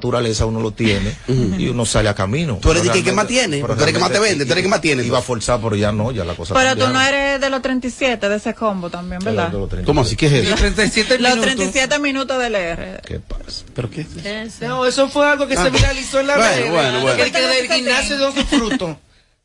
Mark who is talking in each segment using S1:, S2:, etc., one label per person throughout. S1: naturaleza uno lo tiene y uno sale a camino.
S2: Tú eres de que, que más tiene, tú eres que más te vende, tú eres que más tiene. pues.
S1: Iba a forzar, pero ya no, ya la cosa
S3: Pero tú no eres de los 37 de ese combo también, ¿verdad?
S2: ¿Cómo así? ¿Qué es eso?
S4: Los 37
S3: Los
S4: minutos.
S3: 37 minutos del R.
S1: ¿Qué pasa?
S2: ¿Pero qué? Ah.
S4: No, eso fue algo que se viralizó en la
S2: Bueno,
S4: red.
S2: bueno, bueno.
S4: Que el que del gimnasio dio su fruto.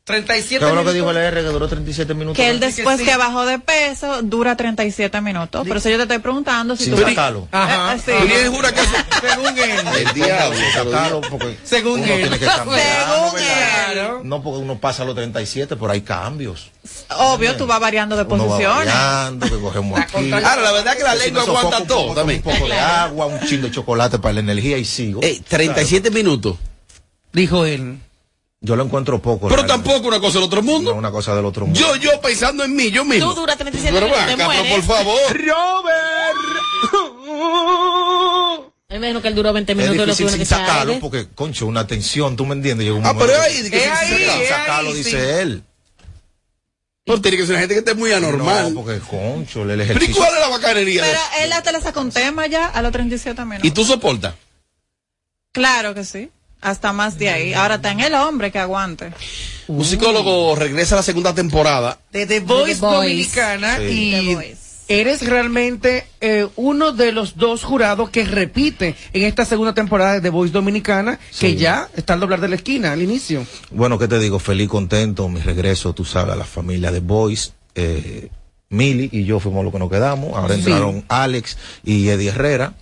S4: 37
S1: ¿Qué fue lo que
S4: minutos.
S1: dijo el R que duró 37 minutos?
S3: Que él
S4: dice que
S3: después
S4: sí.
S3: que bajó de peso dura 37 minutos. Por eso yo te estoy preguntando si
S1: Sin
S3: tú...
S1: sacarlo.
S4: Ajá.
S3: Eh, sí.
S4: Ajá.
S2: Uriel jura que eso-
S4: Según él.
S2: El diablo,
S1: Sin
S2: se lo
S1: sacarlo,
S2: digo.
S1: porque
S4: Según
S1: uno
S4: él.
S1: tiene que cambiar.
S3: Según él.
S4: Claro.
S1: No, porque uno pasa a los 37, pero hay cambios.
S3: Obvio, tú vas variando de
S1: Uno va
S3: posiciones.
S1: variando, que cogemos aquí.
S2: Ahora, la verdad es que la
S1: que si
S2: lengua
S1: me sofoco
S2: aguanta
S1: un poco,
S2: todo
S1: tomo
S2: también.
S1: Un poco de agua, un chingo de chocolate para la energía y sigo.
S2: Ey, 37 minutos.
S4: Dijo él.
S1: Yo lo encuentro poco.
S2: Pero
S1: realmente.
S2: tampoco una cosa del otro
S1: No,
S2: mundo.
S1: una cosa del otro mundo.
S2: Yo, yo pensando en mí, yo mismo.
S5: Tú duras 37
S2: Pero
S5: minutos, te
S2: vaca, pero por
S5: mueres.
S2: favor.
S5: Me imagino que él duró 20
S1: es
S5: minutos y lo
S1: difícil
S5: tuvieron
S1: sin
S5: que
S1: sacarlo
S5: sacar.
S1: porque, concho, una tensión, tú me entiendes. Llega un
S2: Ah,
S1: momento
S2: pero
S1: que-
S2: ahí, que
S4: Es
S2: sí,
S4: ahí,
S2: sí,
S4: es
S2: sí.
S1: sacarlo,
S4: ahí,
S1: dice
S4: sí.
S1: él.
S2: Pero tiene que ser gente que esté muy anormal.
S1: No, porque, concho, el
S2: Pero ¿y
S1: ejercicio.
S2: cuál es la bacanería de
S3: Pero
S2: eso?
S3: él hasta le sacó un tema ya a los 37 minutos.
S2: ¿Y tú soportas?
S3: Claro que sí. Hasta más de ahí. Ahora está en el hombre que aguante.
S2: Un
S1: Uh.
S2: psicólogo regresa a la segunda temporada.
S4: De The Voice
S5: The Voice.
S4: Dominicana.
S1: Sí.
S3: The
S4: Y
S3: Voice.
S4: eres realmente eh, uno de los dos jurados que repite en esta segunda temporada de The Voice Dominicana, que ya está al doblar de la esquina, al inicio.
S1: Bueno, ¿qué te digo? Feliz, contento, mi regreso, tú sabes, a la familia de Boys. Eh, Mili y yo fuimos lo que nos quedamos. Ahora
S4: Sí.
S1: entraron Alex y Eddie Herrera.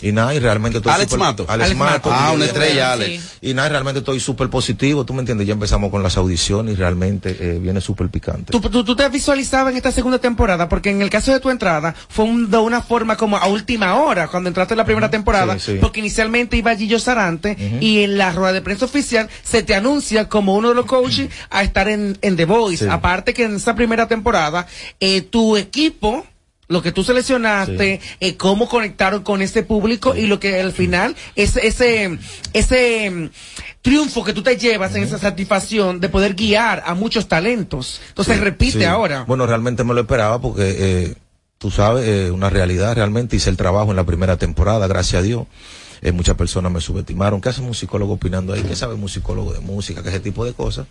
S1: Y nada, y realmente estoy
S2: Alex
S1: súper-
S2: Mato.
S1: Alex,
S4: Alex
S1: Mato.
S4: Mato.
S2: Ah, una
S1: Y-
S2: estrella,
S5: Sí.
S2: Alex.
S1: Y nada, realmente estoy súper positivo, tú me entiendes, ya empezamos con las audiciones y realmente eh, viene súper picante.
S4: ¿Tú, tú, tú te visualizabas en esta segunda temporada, porque en el caso de tu entrada fue un- de una forma como a última hora, cuando entraste en la primera temporada,
S1: sí.
S4: porque inicialmente iba Gillo Sarante y en la rueda de prensa oficial se te anuncia como uno de los coaches a estar en, en The Voice.
S1: Sí.
S4: Aparte que en esa primera temporada, eh, tu equipo... Lo que tú seleccionaste, eh, cómo conectaron con ese público y lo que al final es ese, ese mm, triunfo que tú te llevas en esa satisfacción de poder guiar a muchos talentos. Entonces repite
S1: Sí.
S4: ahora.
S1: Bueno, realmente me lo esperaba porque, eh, tú sabes, eh, una realidad realmente. Hice el trabajo en la primera temporada, gracias a Dios. Eh, muchas personas me subestimaron. ¿Qué hace un psicólogo opinando ahí? ¿Qué sabe un psicólogo de música? ¿Qué ese tipo de cosas?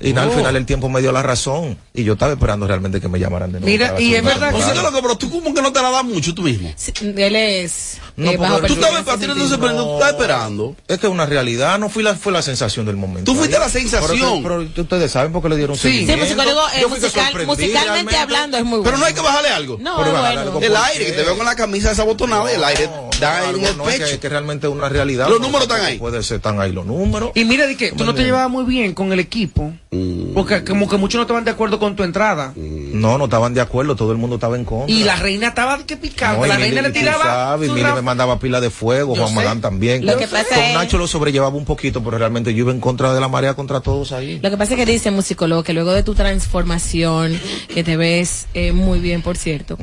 S1: Y nada, al
S4: Oh.
S1: final el tiempo me dio la razón. Y yo estaba esperando realmente que me llamaran de nuevo.
S4: Mira,
S1: para la
S4: y es verdad
S1: segunda
S2: Un
S4: Claro.
S1: temporada.
S2: psicólogo, pero tú como que no te la das mucho tú mismo.
S5: Sí, él es
S1: No,
S5: eh,
S1: porque
S5: bajo
S2: Tú
S1: Pero
S2: estabas
S5: perfil.
S2: partiendo
S5: en ese sentido.
S2: entonces, pero tú estás esperando.
S1: Es que es una realidad, no fui la, fue la sensación del momento.
S2: Tú fuiste
S1: Ahí.
S2: la sensación.
S1: Pero, pero ustedes saben porque le dieron
S2: Sí.
S5: Sí,
S1: seguimiento.
S5: pues, psicólogo, eh,
S1: Yo fui que
S5: musical-
S1: sorprendí
S5: musicalmente
S1: realmente.
S5: hablando es muy bueno.
S2: Pero no hay que bajarle algo.
S5: No,
S1: Pero
S5: es
S1: bájale algo,
S5: bueno.
S1: ¿por
S2: El aire, que te
S1: qué?
S2: veo con la camisa desabotonada, el aire da en
S1: algo
S2: el
S1: no, es que-
S2: pecho.
S1: es que realmente es una realidad.
S2: Los
S1: No,
S2: números están
S1: tampoco
S2: ahí.
S1: Puede ser, están ahí los números.
S4: Y mira, de que tú no te
S1: Bueno.
S4: llevabas muy bien con el equipo,
S1: Mm.
S4: porque como que muchos no estaban de acuerdo con tu entrada.
S1: No, no estaban de acuerdo, todo el mundo estaba en contra.
S4: Y la reina estaba de que picante,
S1: No, y
S4: la
S1: Mili-
S4: reina le
S1: y tú
S4: tiraba.
S1: sabes,
S4: su
S1: Mili
S4: rap-
S1: me mandaba pila de fuego,
S4: Yo
S1: Juan
S4: sé.
S1: Magán también.
S5: Lo
S1: Con-
S5: que pasa
S1: con
S5: es-
S1: Nacho lo sobrellevaba un poquito, pero realmente yo iba en contra de la marea contra todos ahí.
S5: Lo que pasa es que dice musicólogo que luego de tu transformación, que te ves eh, muy bien, por cierto,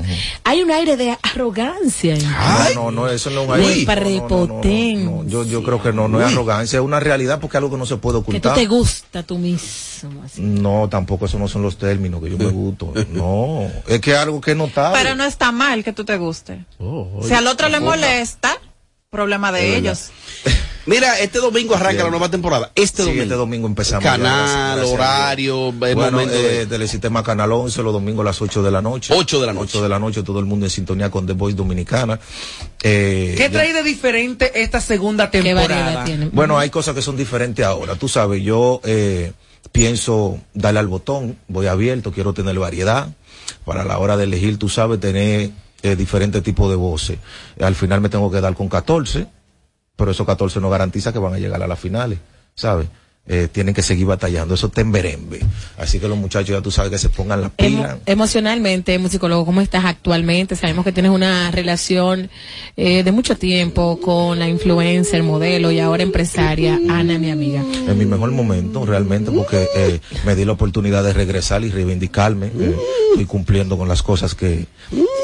S5: hay un aire de arrogancia. en-
S2: Ay.
S1: No, no, no, eso Ah, no
S5: De
S1: es ahí.
S5: prepotencia.
S1: Yo, yo creo que no, no es arrogancia, es una realidad porque es algo que no se puede
S5: que tú
S1: ocultar.
S5: te gusta tú mismo. así.
S1: No, tampoco esos no son los términos que yo me gusto. No, es que es algo que es notable.
S3: Pero no está mal que tú te guste.
S1: Oh,
S3: si al otro le molesta, problema de ellos.
S2: Mira, este domingo arranca
S1: Bien.
S2: la nueva temporada. Este
S1: Sí,
S2: domingo.
S1: este domingo empezamos. ya, gracias,
S2: Canal,
S1: gracias a Dios.
S2: horario, el
S1: bueno,
S2: momento
S1: eh,
S2: de-
S1: Telesistema Canal 11, los domingos a las 8 de la noche.
S2: 8 de la noche.
S1: 8 de la noche, todo el mundo en sintonía con The Voice Dominicana. Eh,
S4: ¿Qué
S1: ya-
S4: trae de diferente esta segunda
S5: ¿Qué variedad
S4: temporada?
S5: tiene?
S1: Bueno, hay cosas que son diferentes ahora. Tú sabes, yo eh, pienso darle al botón, voy abierto, quiero tener variedad. Para la hora de elegir, tú sabes, tener eh, diferentes tipos de voces. Al final me tengo que dar con 14, pero esos 14 no garantiza que van a llegar a las finales, ¿sabes? Eh, tienen que seguir batallando, eso está en verembe. Así que los muchachos ya tú sabes que se pongan las
S5: Emo-
S1: pilas.
S5: emocionalmente, musicólogo, ¿cómo estás actualmente? Sabemos que tienes una relación eh, de mucho tiempo con la influencer, modelo y ahora empresaria Ana, mi amiga.
S1: en mi mejor momento realmente porque eh, me di la oportunidad de regresar y reivindicarme eh, y cumpliendo con las cosas que,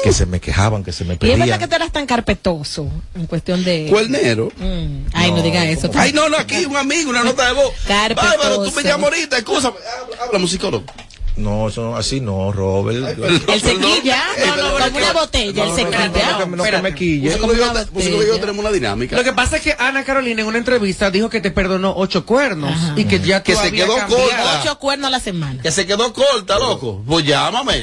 S1: que se me quejaban, que se
S5: Y
S1: me
S5: es
S1: pedían.
S5: verdad que tú eras tan carpetoso en cuestión de...
S2: Cuernero.
S5: Mm, ay, no,
S1: No,
S5: diga eso.
S2: Ay, no, no, aquí un amigo, una nota de voz.
S5: Carpetoso.
S2: Bárbaro, tú me llamas ahorita, excusa. Habla, habla, musicólogo.
S1: No, eso no- así no, Robert.
S5: El sequilla, no, no, como una botella, el
S1: no,
S5: sequilla.
S1: no, que me quille.
S2: Pues, como yo- pues, como yo tenemos una dinámica.
S4: Lo que pasa es que Ana Carolina en una entrevista dijo que te perdonó ocho cuernos
S5: Ajá.
S4: y que ya tú
S2: Que se
S4: habías
S2: quedó
S4: cambiado.
S2: corta.
S5: Ocho cuernos a la semana.
S2: Que se quedó corta, loco. Pues llámame.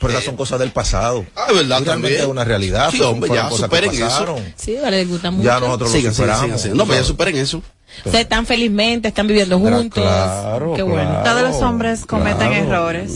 S1: Pero esas son cosas del pasado.
S2: Ah, ¿verdad?
S1: Y realmente
S2: También.
S1: es una realidad.
S2: Sí,
S1: pues,
S2: hombre,
S1: fueron
S2: ya,
S1: cosas que
S2: superen eso.
S1: pasaron.
S5: Sí, vale, les gusta mucho.
S1: Ya nosotros lo
S2: Sigan, sigan,
S1: superamos.
S2: sigan, sigan. No, pues ya superen eso.
S5: Ustedes están felizmente, están viviendo
S1: Pero
S5: juntos.
S1: claro,
S5: Qué bueno.
S1: claro.
S3: Todos los hombres cometen
S1: claro.
S3: errores.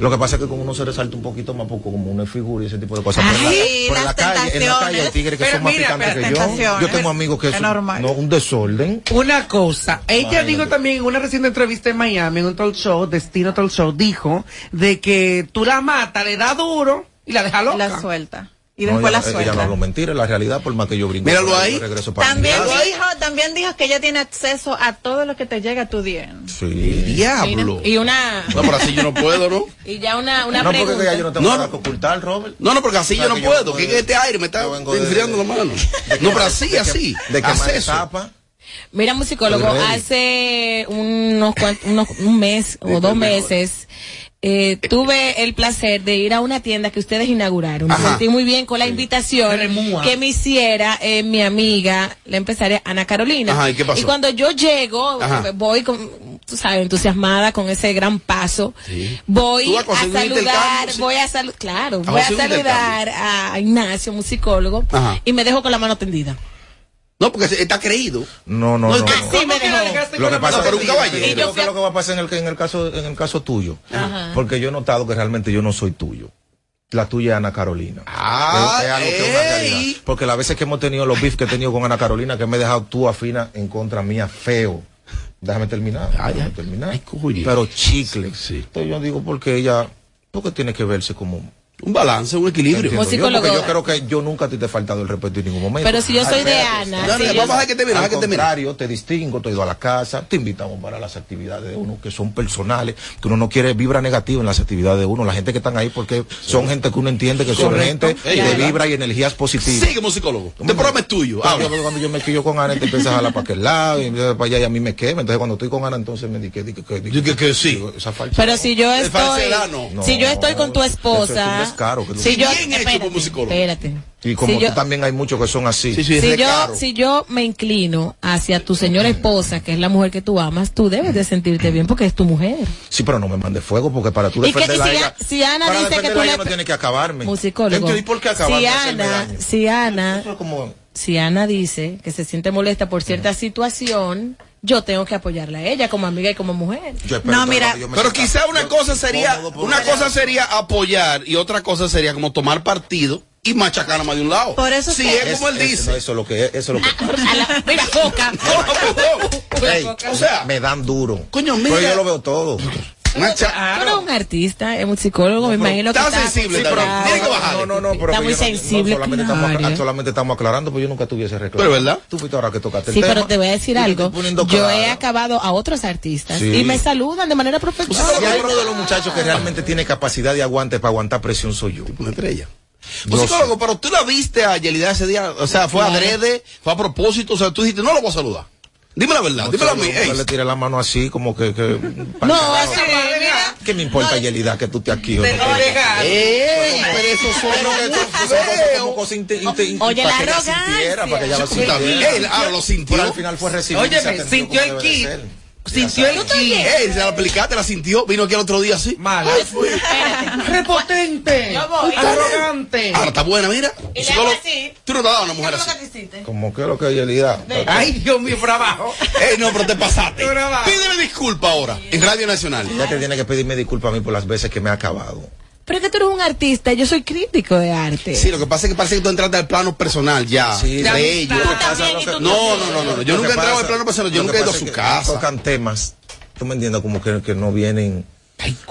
S1: Lo que pasa es que como uno se resalta un poquito más poco, como uno es figura y ese tipo de cosas.
S3: Ay,
S1: pero en la,
S3: las
S1: pero en la calle, en la calle hay
S3: tentaciones.
S1: tigres que
S4: Pero
S1: son más
S4: mira,
S1: picantes
S4: pero
S1: que yo.
S3: tentaciones.
S1: Yo tengo amigos que
S3: Es
S1: son
S3: normal.
S1: no, un desorden.
S4: Una cosa, ella dijo también en una reciente entrevista en Miami, en un talk show, Destino Talk Show, dijo de que tú la matas, le da duro y la deja loca.
S3: La suelta. Y
S1: No,
S3: después
S1: ella,
S3: la
S1: ella no
S3: suelta.
S1: habló mentira, la realidad, por más que yo brinco.
S2: Míralo
S1: yo
S2: ahí.
S1: regreso para
S3: También
S1: mi casa.
S3: dijo, también dijo que ella tiene acceso a todo lo que te llega a tu DM.
S1: Sí.
S2: Diablo.
S5: Y una,
S2: No, pero así yo no puedo, ¿no?
S5: y ya una, una
S1: no, porque
S5: pregunta.
S1: ya yo no tengo
S2: No,
S1: nada
S2: no.
S1: que ocultar, Robert.
S2: No, no, porque así
S1: Claro
S2: yo no
S1: que yo
S2: puedo.
S1: vengo
S2: Que
S1: de-
S2: este aire me está
S1: yo vengo de-
S2: enfriando la mano. No, pero así, así.
S1: De que
S2: Haz
S1: más
S2: eso.
S1: etapa.
S5: Mira, musicólogo,
S1: Estoy ready.
S5: hace unos, cuan- unos- un mes o dos meses eh, tuve el placer de ir a una tienda que ustedes inauguraron. Me
S2: Ajá.
S5: sentí muy bien con la invitación
S4: Remúa.
S5: que me hiciera eh, mi amiga, la empresaria Ana Carolina.
S2: Ajá, ¿y qué pasó?
S5: cuando yo llego,
S2: Ajá.
S5: voy con, tú sabes, entusiasmada con ese gran paso.
S2: Sí.
S5: Voy
S2: Tú vas
S5: a
S2: a conseguir un
S5: saludar,
S2: intercambio, sí.
S5: voy a saludar, claro,
S2: A
S5: voy a
S2: conseguir un
S5: saludar a Ignacio, musicólogo,
S2: Ajá.
S5: y me dejo con la mano tendida.
S2: No, porque se- está creído.
S1: No,
S2: No,
S1: no, no.
S2: es que-
S1: no.
S5: Así me
S4: que la
S5: dejó.
S4: dejaste
S1: Lo
S4: con
S1: que
S4: la
S1: pasa
S2: No,
S4: mano
S2: pero
S1: es
S2: un
S1: que-
S2: caballero.
S1: yo
S5: Y yo
S1: creo
S5: fui
S1: que
S5: a-
S1: lo que va a pasar en el, en el caso en el caso tuyo,
S5: Ajá.
S1: porque yo he notado que realmente yo no soy tuyo. La tuya es Ana Carolina.
S2: Ah,
S1: es, es algo que es una
S2: ey.
S1: realidad. Porque las veces que hemos tenido los beef que he tenido con Ana Carolina, que me he dejado tú afina en contra mía, feo. Déjame terminar.
S2: Ay,
S1: déjame
S2: ay.
S1: terminar.
S2: Ay, coño.
S1: Pero chicle.
S2: Sí, sí.
S1: Entonces yo digo porque ella, porque tiene que verse como.
S2: Un balance, un equilibrio.
S1: Entiendo yo, porque
S5: Musicólogo.
S1: yo creo que yo nunca a ti te he faltado el respeto en ningún momento.
S5: Pero si yo soy de
S1: espérate.
S5: Ana,
S2: No, no,
S5: si yo
S2: vamos a dejar que te mire,
S1: Al
S2: deja que te mire.
S1: contrario, te distingo, te he ido a la casa, te invitamos para las actividades de uno que son personales, que uno no quiere vibra negativa en las actividades de uno. La gente que están ahí porque son gente que uno entiende que
S2: Correcto.
S1: son gente
S2: Ey,
S1: de
S2: ¿verdad?
S1: vibra y energías positivas.
S2: Sigue, musicólogo. Este programa es tuyo.
S1: Ah, yo
S2: Habla.
S1: creo que cuando yo me quillo con Ana, te empiezas a jalar para aquel lado, y empiezas para allá y a mí me quema. Entonces cuando estoy con Ana, entonces me di que, di que, que- di
S2: Yo que- que sí.
S1: digo, esa falsa-
S5: Pero si yo
S2: El
S5: estoy,
S2: falsedad, no.
S1: No,
S5: si yo estoy con tu
S1: eso es un
S5: esposa,
S1: descaro, que tú-
S5: si yo,
S2: Bien hecho
S5: espérate,
S2: como psicólogo.
S5: espérate.
S1: Y como
S5: si
S1: tú
S5: yo,
S1: también hay muchos que son así.
S2: Sí, sí, es
S5: si
S2: de
S5: yo,
S2: caro.
S5: si yo me inclino hacia tu señora esposa, que es la mujer que tú amas, tú debes de sentirte bien porque es tu mujer.
S1: Sí, pero no me mande fuego, porque para tú
S5: ¿Y qué-
S1: defenderla
S5: y si
S1: a ella-
S5: a- si Ana
S1: para
S5: dice que
S1: defenderla
S5: tú
S1: a
S5: le-
S1: ella no tiene que acabarme.
S5: Musicólogo.
S1: Entonces, ¿y por qué acabarme?
S5: si
S1: Hacerme
S5: Ana,
S1: daño.
S5: si Ana,
S1: Eso es como...
S5: si Ana dice que se siente molesta por cierta situación, yo tengo que apoyarla a ella como amiga y como mujer.
S1: Yo espero
S3: No,
S1: todo
S3: mira,
S1: que yo me
S2: Pero
S1: sienta
S2: quizá una
S1: yo-
S2: cosa sería,
S1: cómodo por
S2: una
S1: fuera.
S2: cosa sería apoyar y otra cosa sería como tomar partido y machacar a más de un lado.
S3: Por eso es
S2: si
S3: que-
S2: es, como él
S1: Es- no,
S2: dice. Ah,
S1: eso es lo que es, eso es lo que
S5: A la- mira, coca.
S1: Ey,
S2: o sea,
S1: me dan duro.
S2: Coño,
S1: Pero
S2: mira.
S1: yo lo veo todo.
S2: macha-
S5: Tú eres un artista, es un psicólogo, me imagino que
S2: está
S5: está
S2: Ah, sensible
S5: acostumbrado.
S2: también. Tiene que bajar.
S1: No, no, no, pero
S5: Está
S1: que
S5: muy
S1: yo no-
S5: sensible,
S1: no, solamente, estamos,
S5: claro.
S1: ac- solamente estamos aclarando, porque yo nunca tuviese reclamo.
S2: Pero, ¿verdad?
S1: Tú fuiste ahora que tocaste
S5: Sí,
S1: el tema.
S5: pero te voy a decir
S1: y te
S5: algo.
S1: estoy poniendo
S5: Yo he
S1: claro.
S5: acabado a otros artistas
S1: Sí. Pues,
S5: y me saludan de manera profesional.
S1: Si hay uno de los muchachos que realmente tiene capacidad de aguante para aguantar presión, soy yo. Pues
S2: Una estrella.
S1: No
S2: Musicólogo, pero tú la viste a Yelida ese día, o sea, fue
S5: Claro.
S2: adrede, fue a propósito, o sea, tú dijiste, no lo voy a saludar. Dime la verdad, dime la mí.
S1: Nunca le
S2: ey.
S1: tiré la mano así, como que.
S5: No,
S1: que
S5: así, mira.
S1: ¿Qué me importa, Yelida, que tú estés aquí? o no?
S2: Ey,
S6: pues.
S2: pero eso
S1: Pero que son- son cosas como cosas inte- inte- inte-
S5: Oye,
S1: para
S5: la
S1: que ella
S6: Ah,
S5: arrogancia.
S1: sintiera, Para que ella lo
S5: Sí.
S1: sintiera.
S2: Él, ah, lo
S1: Pero
S2: sintió.
S1: al final fue recibido. y se
S4: Óyeme,
S1: atendió
S4: sintió
S1: como
S4: el
S1: debe de
S4: kit.
S1: ser.
S4: Sintió el kit.
S2: Él, se la aplicaste, la sintió, vino aquí el otro día así.
S4: Mala. Repotente.
S5: Yo voy.
S4: Arrogante.
S2: Ahora está buena, mira.
S5: Y le
S2: Musicólogo,
S5: hago así.
S2: Tú no te has dado a una mujer así.
S1: Como que lo que Yelida.
S4: Ay, Dios mío, por abajo.
S2: Ey, no, pero te pasaste.
S4: Pero abajo.
S2: Pídeme disculpa ahora en Radio Nacional.
S1: Ya te tiene que pedirme disculpas a mí por las veces que me ha acabado.
S5: Pero es que tú eres un artista, yo soy crítico de arte.
S2: Sí, lo que pasa es que parece que tú entraste al plano personal ya.
S1: Sí,
S2: de
S1: sí.
S2: ellos.
S1: Lo que pasa, lo que-
S2: tú No, no, no, no, no. Yo
S1: Lo
S2: nunca he
S1: que
S2: entrado
S1: pasa-
S2: al plano personal, yo
S1: lo que
S2: nunca he ido a
S1: pasa
S2: su
S1: es que
S2: casa.
S1: Tocan temas, tú me entiendes, como que, que no vienen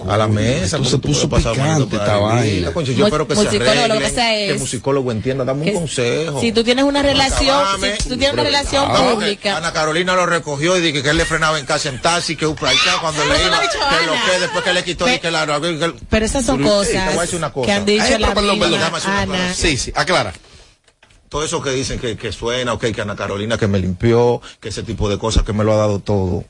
S1: a la mesa.
S2: esto
S1: porque
S2: se
S1: tú puedes
S2: puso
S1: pasar
S2: picante
S1: manito por
S2: esta
S1: ahí.
S2: vaina.
S1: Concho, yo
S5: Mu-
S1: espero que se
S5: musicólogo, lo que
S1: arreglen,
S5: pasa
S1: que
S5: es-
S1: el musicólogo entienda, dame un
S5: Que-
S1: consejo.
S5: Si tú tienes una relación,
S1: Acabame.
S5: si tú tienes una relación
S1: Ah,
S5: pública.
S1: Ana Carolina lo recogió y dije que él le frenaba en casa en taxi, que upa, y tal, cuando le
S5: Eso
S1: iba,
S5: lo ha dicho
S1: que lo
S5: Ana.
S1: que después que le quitó y
S5: Pe-
S1: que la... que el-
S5: Pero esas son
S1: Ey, te voy a
S5: cosas
S1: decir una cosa.
S5: que han dicho
S2: Ay, pero
S5: la
S2: perdón, perdón,
S5: misma
S1: déjame hacer una
S5: Ana.
S1: aclaración.
S2: Sí, sí, aclara.
S1: Todo eso que dicen que, que suena, ok, que Ana Carolina que me limpió, que ese tipo de cosas que me lo ha dado todo.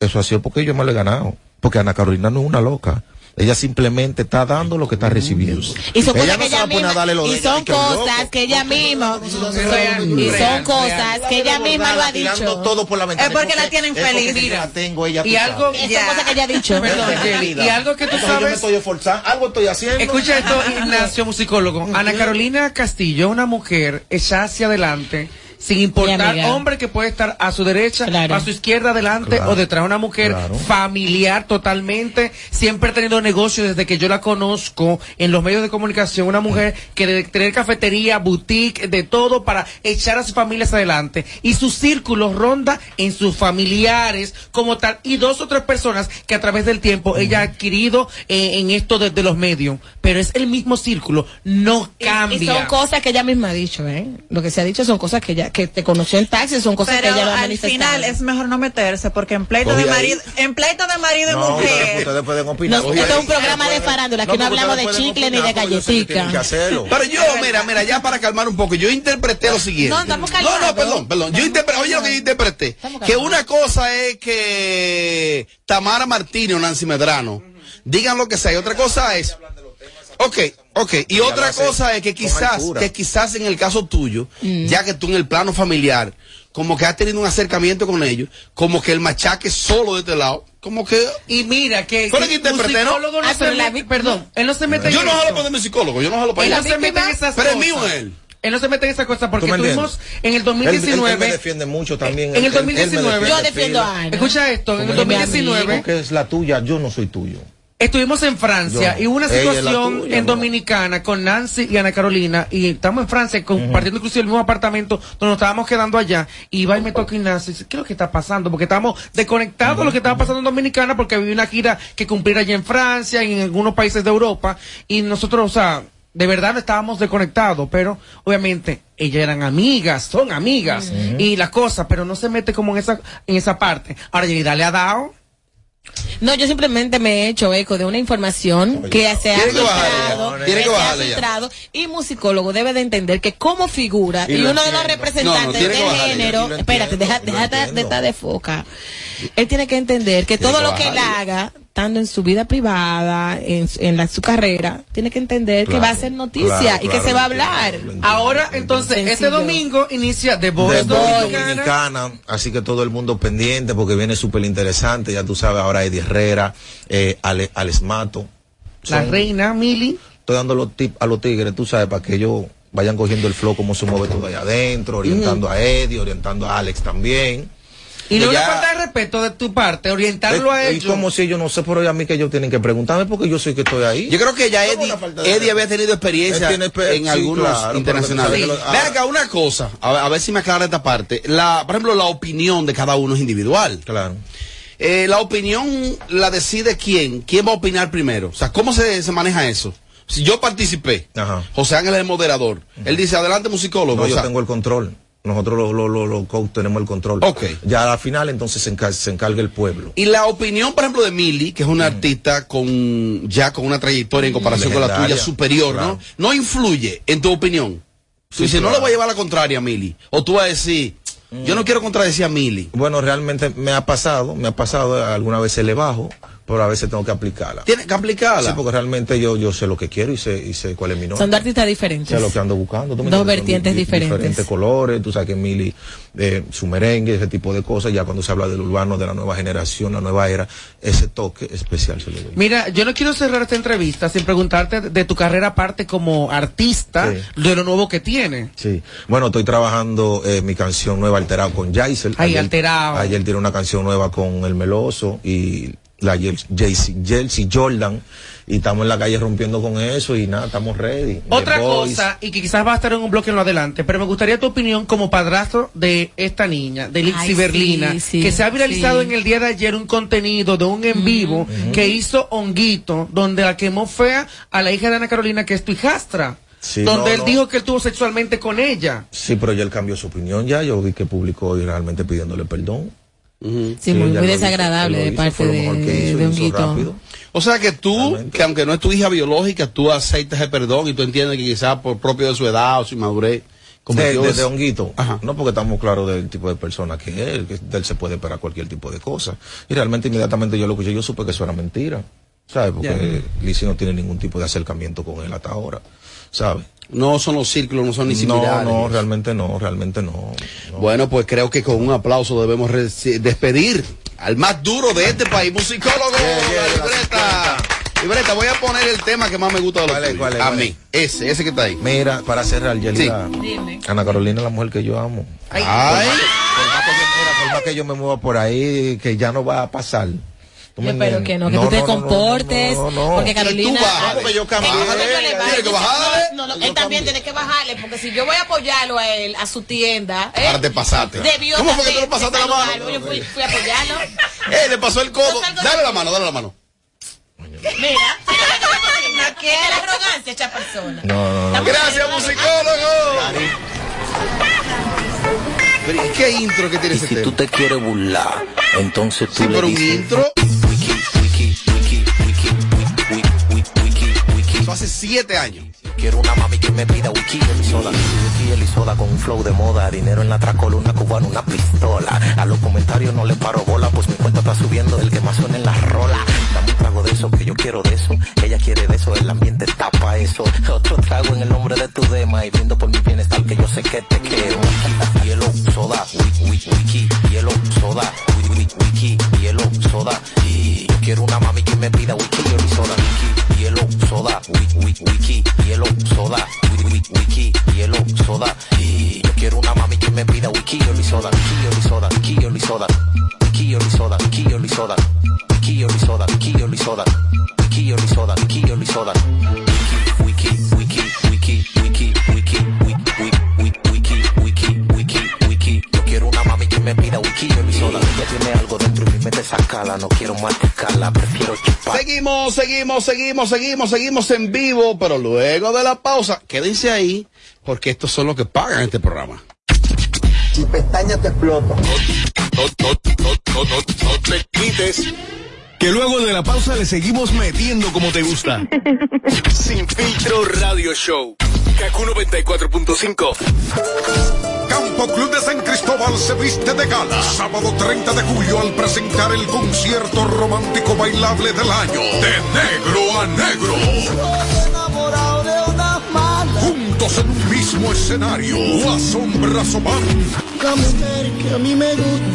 S1: Eso ha sido porque yo me lo he ganado. Porque Ana Carolina no es una loca. Ella simplemente está dando lo que está recibiendo.
S5: Y son cosas que
S2: Ella no se va
S5: ella
S2: a poner a darle
S5: misma,
S2: lo de
S5: y
S2: ella,
S5: son
S2: y que loco.
S5: cosas que ella misma, y son
S4: real,
S5: cosas que ella misma lo ha dicho.
S1: todo por la ventana.
S3: Es porque la tienen
S1: es porque
S3: feliz.
S1: si yo la tengo ella.
S4: Y
S1: tú sabes.
S4: algo,
S5: Y son
S3: Ya.
S5: cosas que ella ha dicho.
S4: Perdón,
S1: Ella es
S4: Kelly,
S1: querida.
S4: y algo que tú
S1: Entonces Yo me
S4: sabes-
S1: estoy esforzando. Algo estoy haciendo.
S4: Escucha esto, Ignacio, musicólogo. Ana Carolina Castillo, una mujer echada hacia adelante, sin importar
S5: amiga.
S4: hombre que puede estar a su derecha,
S5: Claro.
S4: a su izquierda, adelante
S1: Claro.
S4: o detrás. Una mujer
S1: Claro.
S4: familiar totalmente, siempre ha tenido negocios desde que yo la conozco en los medios de comunicación. Una mujer que de tener cafetería, boutique, de todo para echar a sus familias adelante. Y su círculo ronda en sus familiares como tal. Y dos o tres personas que a través del tiempo ella ha adquirido eh, en esto desde los medios. Pero es el mismo círculo, no
S5: Y-
S4: cambia.
S5: Y son cosas que ella misma ha dicho, ¿eh? Lo que se ha dicho son cosas que ella, que te conoció en taxi, son cosas
S3: Pero
S5: que ella lo ha
S3: al
S5: manifestado.
S3: final es mejor no meterse porque en pleito de
S1: Oye, ahí.
S3: marido, en pleito de marido y
S1: No, pues, ustedes-
S3: mujer.
S1: ustedes pueden opinar.
S5: No,
S1: Oye, eh,
S5: esto es un
S1: ahí.
S5: programa de farándula, aquí no,
S1: porque
S5: hablamos de
S1: ustedes pueden
S5: chicle ni de
S1: opinar, porque yo sé que tienen que
S5: galletica.
S1: hacerlo.
S2: Pero yo, mira, mira, ya para calmar un poco, yo interpreté lo siguiente.
S5: No, estamos
S2: No,
S5: calmados.
S2: no, perdón, perdón. Yo
S5: Estamos
S2: interpreté, oye lo que yo interpreté.
S5: Estamos
S2: Que
S5: calmados.
S2: una cosa es que Tamara Martínez o Nancy Medrano digan lo que sea, y otra cosa es. Ok, ok. Y otra
S1: hacen
S2: cosa es que
S1: con
S2: quizás,
S1: altura.
S2: que quizás en el caso tuyo, ya que tú en el plano familiar, como que has tenido un acercamiento con ellos, como que el machaque solo de este lado, como que.
S4: Y mira que,
S2: Fueron
S4: que
S2: intérpretes, ¿no?
S4: psicólogo
S5: Ah,
S4: se
S5: pero la
S4: mete-
S5: vi-
S4: perdón, él no se mete
S2: Yo
S4: en
S2: no
S4: eso.
S2: jalo para mi psicólogo, yo no jalo para
S4: Él
S2: ella.
S4: no se mete en esas
S2: Pero es
S4: cosas.
S2: mío él.
S4: Él no se mete en esas cosas porque
S1: ¿Tú me
S4: tuvimos en el
S1: Él- él- él
S4: 2019.
S1: me defiende mucho también.
S4: Eh, en el
S1: Él- él me
S4: 2019.
S1: defiende,
S5: Yo defiendo
S1: fila.
S5: a Ana.
S4: escucha esto, en el
S5: Como mi amigo.
S1: Digo
S4: 2019
S1: que es la tuya, yo no soy tuyo.
S4: estuvimos en Francia
S1: Yo.
S4: y hubo una
S1: Ella es la
S4: situación
S1: tuya,
S4: en
S1: no.
S4: Dominicana con Nancy y Ana Carolina y estamos en Francia compartiendo inclusive el mismo apartamento donde nos estábamos quedando allá y va y me toca Ignacio y dice, ¿qué es lo que está pasando? Porque estábamos desconectados de lo que estaba pasando en Dominicana porque había una gira que cumplir allá en Francia y en algunos países de Europa y nosotros, o sea, de verdad no estábamos desconectados, pero obviamente ellas eran amigas, son amigas y las cosas, pero no se mete como en esa en esa parte. Ahora Yerida le ha dado
S5: No, yo simplemente me he hecho eco de una información que se ha
S2: tiene que bajarle ya,
S5: filtrado,
S2: tiene
S5: que
S2: que
S5: se ha
S2: bajarle ya.
S5: filtrado, y musicólogo debe de entender que como figura
S1: Y
S5: y,
S1: lo
S5: uno de los
S1: entiendo.
S5: representantes
S2: No, no, tiene
S5: del
S2: que bajarle ya,
S1: y
S5: género,
S1: lo
S5: espérate,
S1: entiendo,
S5: deja,
S1: lo
S5: deja de- de
S1: entiendo.
S5: estar de foca. Él tiene que entender que
S2: Tiene
S5: todo
S2: que
S5: lo que él
S2: bajarle.
S5: haga, tanto en su vida privada, en, su- en la, su carrera, tiene que entender
S1: Claro,
S5: que va a ser noticia
S1: claro,
S5: y
S1: claro,
S5: que se va a
S1: lo entiendo,
S5: hablar.
S1: lo entiendo.
S4: Ahora, entonces,
S5: Sencillo.
S4: este domingo inicia The
S1: de
S4: Voice Dominicana.
S1: Dominicana, así que todo el mundo pendiente porque viene súper interesante, ya tú sabes, ahora Eddie Herrera, eh, Ale- Alex Mato.
S4: La
S1: Son-
S4: reina Mili.
S1: Estoy dando los tips a los tigres, tú sabes, para que ellos vayan cogiendo el flow, cómo se mueve todo allá
S4: Mm.
S1: adentro, orientando a Eddie, orientando a Alex también.
S4: Y no
S2: Que
S4: una
S2: ya-
S4: falta de respeto de tu parte, orientarlo a
S1: Es- es
S4: ellos.
S1: como si yo no sé, pero a mí que ellos tienen que preguntarme porque yo soy que estoy ahí.
S2: Yo creo que ya
S1: ¿Cómo
S2: Eddie,
S1: una falta de
S2: Eddie
S1: respeto?
S2: había tenido experiencia
S1: Él tiene exper-
S2: en
S1: sí,
S2: algunos
S1: claro, pero
S2: internacionales.
S1: que lo-
S2: Ve acá, una cosa, a ver, a ver si me aclara esta parte. La, por ejemplo, la opinión de cada uno es individual.
S1: Claro.
S2: Eh, la opinión la decide quién, quién va a opinar primero. O sea, ¿cómo se, se maneja eso? Si yo participé,
S1: Ajá.
S2: José Ángel es el moderador. Él dice, adelante musicólogo.
S1: No,
S2: o
S1: yo
S2: sea,
S1: tengo el control. Nosotros los lo, lo, los coach tenemos el control.
S2: Ok.
S1: Ya al final entonces se, encar- se encarga el pueblo. Mm.
S2: Y la opinión, por ejemplo, de Mili, que es una artista con ya con una trayectoria en comparación con la
S1: Legendaria,
S2: tuya superior,
S1: claro.
S2: ¿no? No influye en tu opinión. Tú
S1: Sí,
S2: dices, no
S1: claro.
S2: le voy a llevar la contraria a Mili. O tú vas a decir, yo no quiero contradecir a Mili.
S1: Mm. Bueno, realmente me ha pasado, me ha pasado, alguna vez se le bajo, pero a veces tengo que aplicarla.
S2: Tienes que aplicarla.
S1: Sí, porque realmente yo, yo sé lo que quiero y sé, y sé cuál es mi norte.
S5: Son dos artistas diferentes.
S1: sé lo que ando buscando. ¿tú me
S5: Dos
S1: entiendes?
S5: vertientes
S1: Son di-
S5: diferentes.
S1: Diferentes colores, tú sabes que Mili, eh, su merengue, ese tipo de cosas, ya cuando se habla del urbano, de la nueva generación, la nueva era, ese toque especial se le doy.
S4: Mira, yo no quiero cerrar esta entrevista sin preguntarte de tu carrera aparte como artista,
S1: Sí.
S4: de lo nuevo que tiene.
S1: Sí. Bueno, estoy trabajando eh, mi canción nueva Alterado con Jaisel.
S4: Ay, Alterado.
S1: Ayer tiene una canción nueva con El Meloso y la Jel- Jaycee Jaycee Jordan. Y estamos en la calle rompiendo con eso y nada, estamos ready.
S4: Otra
S1: The Voice.
S4: cosa, y que quizás va a estar en un bloque en lo adelante, pero me gustaría tu opinión como padrastro de esta niña, de Lixi
S5: Ay, sí,
S4: Berlina,
S5: sí,
S4: que se ha viralizado
S5: sí.
S4: en el día de ayer un contenido de un en vivo que hizo Honguito, donde la quemó fea a la hija de Ana Carolina, que es tu hijastra,
S1: Sí,
S4: donde
S1: no,
S4: él
S1: no.
S4: dijo que él tuvo sexualmente con ella.
S1: Sí, pero ya él cambió su opinión ya. Yo vi que publicó y realmente pidiéndole perdón.
S2: Ujú.
S5: Sí,
S1: Sí,
S5: muy,
S1: ya
S5: muy
S1: lo hizo,
S5: desagradable
S1: él
S5: de
S1: lo hizo,
S5: parte
S1: fue lo
S5: de,
S1: mejor que hizo,
S5: de
S1: hizo
S5: Honguito.
S1: rápido.
S2: O sea que tú,
S1: Realmente.
S2: que aunque no es tu hija biológica, tú aceitas el perdón y tú entiendes que quizás por propio de su edad o su inmadurez.
S1: De,
S2: cometió
S1: Eh, de-
S2: ese-
S1: de honguito,
S2: Ajá.
S1: no porque estamos claros del tipo de persona que es, él, que de él se puede esperar cualquier tipo de cosa. Y realmente inmediatamente yo lo escuché, yo supe que eso era mentira. ¿sabes? Porque Lizzie no tiene ningún tipo de acercamiento con él hasta ahora, ¿sabes?
S2: No son los círculos, no son ni
S1: No,
S2: similares.
S1: no, realmente no, realmente no. no.
S2: Bueno, pues creo que con un aplauso debemos reci- despedir al más duro de este país, musicólogo, la libreta. Libreta, voy a poner el tema que más me gusta de los
S1: ¿Cuál es,
S2: tuyos.
S1: cuál es,
S2: A
S1: cuál es?
S2: mí, ese, ese que está ahí.
S1: Mira, para cerrar, Yelida, Ana Carolina es la mujer que yo amo.
S4: Ay,
S2: Ay,
S1: Por más que yo, mira, por más que yo me mueva por ahí, que ya no va a pasar. ¿Tú me
S5: Yo espero
S1: entiendes?
S5: que no, que tú te
S1: no, no, no,
S5: comportes.
S1: no, no, Ah, no.
S5: Porque Carolina.
S2: tú bajas, porque yo cambié.
S5: Entonces le
S2: Tiene
S5: bajes.
S2: que bajarle.
S5: No, no,
S2: Yo
S5: él también tiene que bajarle. Porque si yo voy a apoyarlo a él, a su tienda. ¿eh?
S2: Ahora te pasaste.
S5: Debió
S2: ¿Cómo fue que tú
S5: también
S2: le pasaste la mano?
S5: saludarlo. Yo fui, fui a apoyarlo.
S2: Eh, le pasó el codo.
S5: Yo salgo
S2: Dale
S5: de-
S2: la mano, dale la mano.
S5: Mira. No quiere la arrogancia esta persona.
S1: No, no, no.
S5: Estamos
S2: Gracias,
S5: hablando de-
S2: musicólogo. Pero, ¿y ¿Qué intro que tiene
S7: Y
S2: ese
S7: si tú
S2: tema?
S7: te quieres burlar, entonces tú
S2: Sí,
S7: le
S2: pero un
S7: dices,
S2: intro.
S7: wiki, wiki, wiki, wiki, wiki, wiki, wiki, wiki.
S2: Eso hace siete años.
S7: Quiero una mami que me pida wiki elisoda. Wiki elisoda con un flow de moda. Dinero en la tracoluna cubana, una pistola. A los comentarios no le paro bola, pues mi cuenta está subiendo. El que más suena en la rola. Dame un trago de eso, que yo quiero de eso. Ella quiere de eso, el ambiente tapa eso. Otro trago en el nombre de tu dema. Y viendo por mi bienestar que yo sé que te quiero. Wiki, hielo, soda. Wiki, wiki, wiki, hielo, soda. Wiki, wiki, wiki, hielo, soda. Y yo quiero una mami que me pida wiki, hielo y soda. Wiki, hielo, soda. Wiki, wiki, wiki, hielo, soda. Wiki, wiki, wiki, hielo, soda. Y yo quiero una mami que me pida wiki, hielo y soda. Wiki, hielo y soda. Wiki, hielo y soda. Wiki, hielo y soda. Wiki, hielo y soda. Wiki, hielo y soda. Wiki, hielo y soda. Wiki, hielo y soda. Wiki, hielo y soda. Wiki, wiki, wiki, wiki, wiki, wiki, wiki, wiki, wiki, wiki, wiki. Yo quiero una mami que me pida wiki, hielo y soda. Ella tiene algo dentro y mi mente sacala. No quiero masticarla, prefiero chupar.
S2: Seguimos, seguimos, seguimos, seguimos, seguimos en vivo, pero luego de la pausa, quédense ahí, porque estos son los que pagan este programa.
S8: Si pestañas te exploto.
S9: Que luego de la pausa le seguimos metiendo como te gusta. Sin filtro radio show. Kaku 94.5.
S10: Campo Club de San Cristóbal se viste de gala. Sábado 30 de julio al presentar el concierto romántico bailable del año. De negro a negro. Juntos en un mismo escenario. Asombra Sobán
S11: que a mí me gusta.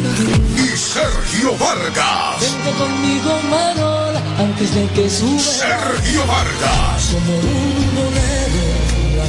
S10: y Sergio Vargas.
S11: Vente conmigo, Manola, antes de que suba.
S10: Sergio Vargas.
S11: Como un bolero, la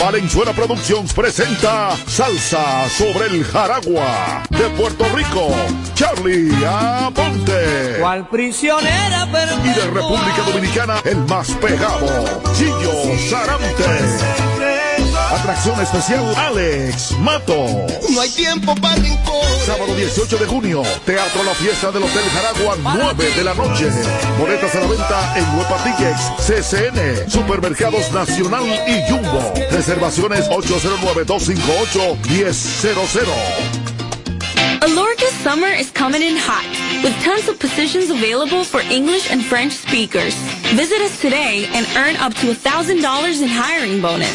S10: Valenzuela Productions presenta Salsa sobre el Jaragua de Puerto Rico, Charlie Aponte.
S11: Cual prisionera, pero.
S10: Y de República Dominicana, el más pegado, Chillo Sarante. Atracción especial, Alex Mato.
S2: No hay tiempo para
S10: Sábado 18 de junio, Teatro La Fiesta del Hotel Jaragua, 9 de la noche. Boletas a la venta en Huepa Tickets, CCN, Supermercados Nacional y Jumbo. Reservaciones 809-258-1000.
S11: Alorca's summer is coming in hot.
S12: with tons of positions available for English and French speakers. Visit us today and earn up to $1,000 in hiring bonus.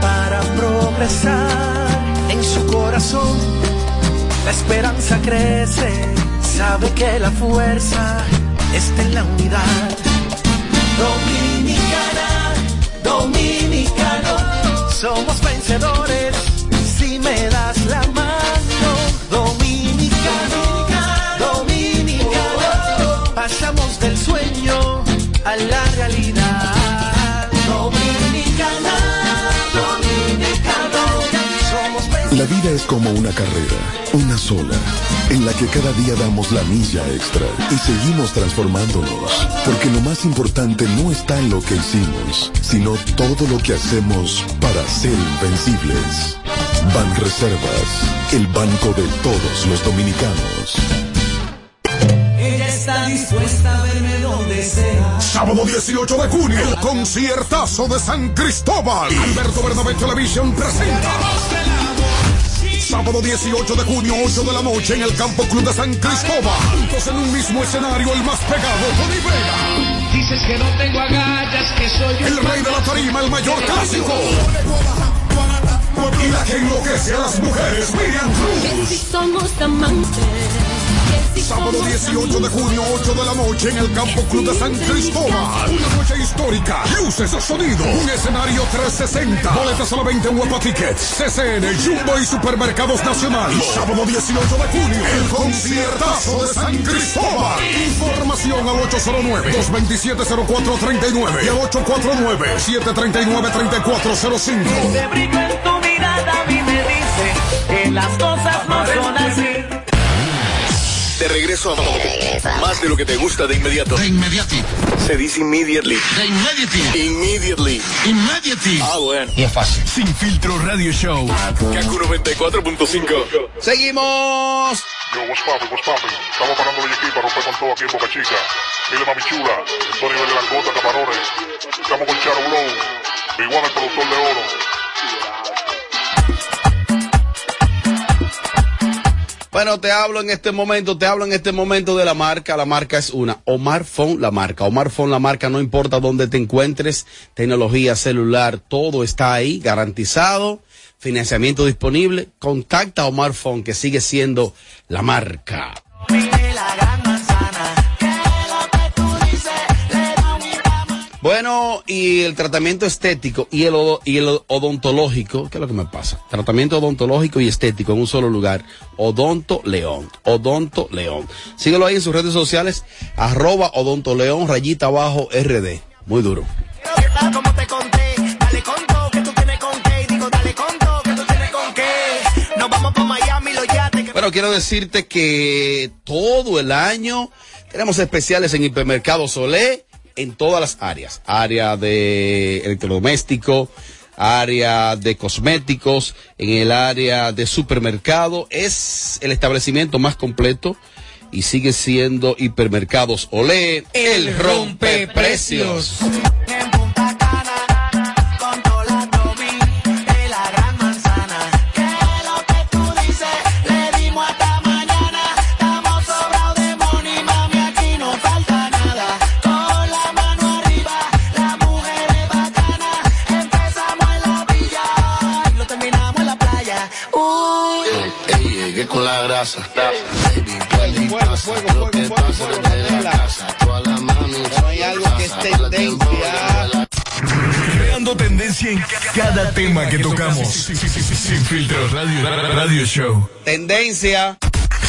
S13: para progresar. En su corazón, la esperanza crece, sabe que la fuerza está en la unidad. Dominicana, dominicano, somos vencedores si me das la mano. Dominicano, dominicano, pasamos del sueño a la realidad. Dominicana, dominicano, somos
S10: La vida es como una carrera, una sola, en la que cada día damos la milla extra y seguimos transformándonos, porque lo más importante no está en lo que hicimos, sino todo lo que hacemos para ser invencibles. Ban Reservas, el banco de todos los dominicanos.
S11: Ella está dispuesta a verme donde sea.
S9: Sábado 18 de junio, el conciertazo de San Cristóbal. Alberto Bernabé Televisión presenta. Sábado 18 de junio, 8 de la noche, en el Campo Club de San Cristóbal. Juntos en un mismo escenario, el más pegado, Tony Vega. Dices que no tengo agallas, que soy El rey de la tarima, el mayor clásico. Y la que enloquece a las mujeres, Miriam Cruz.
S12: somos
S9: Sábado 18 de junio, 8 de la noche, en el Campo Club de San Cristóbal. Una noche histórica, luces, sonido, un escenario 360. Boletas a la 20 en Huepa Tickets, CCN, Jumbo y Supermercados Nacional. Sábado 18 de junio, el conciertazo de San Cristóbal. Información al 809-227-0439 y al 849-739-3405.
S13: Ese brillo en tu mirada a mí me dice que las cosas no son así.
S14: De regreso a más de lo que te gusta de inmediato. De inmediato. Se dice immediately. De inmediato. Immediately. Immediately. Ah, bueno. Y es fácil. Sin filtro radio show. Kaku 94.5.
S2: Seguimos.
S15: Yo, what's poppin', what's poppin'? Estamos parando de aquí para romper con todo aquí en Boca Chica. Mire, mami chula, esto a nivel de langota, camarones. Estamos con Charo Blow, Big One, el productor de oro.
S2: Bueno, te hablo en este momento, te hablo en este momento de la marca. La marca es una. Omar Phone, la marca. Omar Phone, la marca. No importa dónde te encuentres, tecnología celular, todo está ahí, garantizado, financiamiento disponible. Contacta a Omar Phone, que sigue siendo la marca. Bueno, y el tratamiento estético y el, odo- y el odontológico, ¿qué es lo que me pasa? Tratamiento odontológico y estético en un solo lugar. Odonto León. Odonto León. Síguelo ahí en sus redes sociales. Arroba Odonto León, rayita abajo RD. Muy duro.
S13: Como te conté, dale con todo que tú tienes con qué. Digo, dale con todo que tú tienes con qué. Nos vamos por Miami, lo yates.
S2: Bueno, quiero decirte que todo el año tenemos especiales en Hipermercado Solé en todas las áreas. Área de electrodoméstico, área de cosméticos, en el área de supermercado. Es el establecimiento más completo y sigue siendo Hipermercados Olé. El rompe precios.
S13: Le dimos hasta mañana, estamos sobrados de money, mami, aquí no falta nada. Con la mano arriba, la mujer es bacana. Empezamos en la villa, y lo terminamos en la playa. Uy,
S4: Ey, llegué con la grasa. Baby,
S2: fuego, fuego, fuego, fuego, fuego, candela. Pero hay algo que es tendencia.
S9: Creando tendencia en cada tema que tocamos. Sin filtro, radio, radio show.
S2: Tendencia.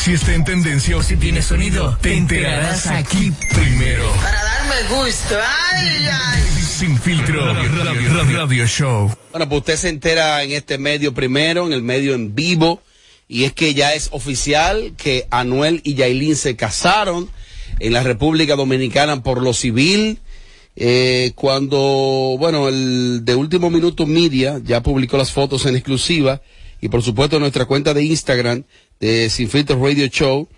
S9: Si está en tendencia o si tiene sonido, te enterarás aquí primero.
S13: Para darme gusto. Ay, ay.
S9: Sin filtro, radio, radio, radio show.
S2: Bueno, pues usted se entera en este medio primero, en el medio en vivo, y es que ya es oficial que Anuel y Yailin se casaron en la República Dominicana por lo civil. Eh, cuando, bueno, el de último minuto Media ya publicó las fotos en exclusiva y por supuesto en nuestra cuenta de Instagram de Sin Filtro Radio Show,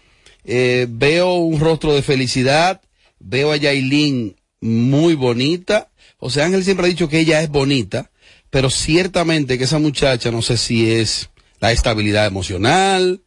S2: eh, veo un rostro de felicidad, veo a Yailin muy bonita. O sea, Ángel siempre ha dicho que ella es bonita, pero ciertamente que esa muchacha, no sé si es la estabilidad emocional,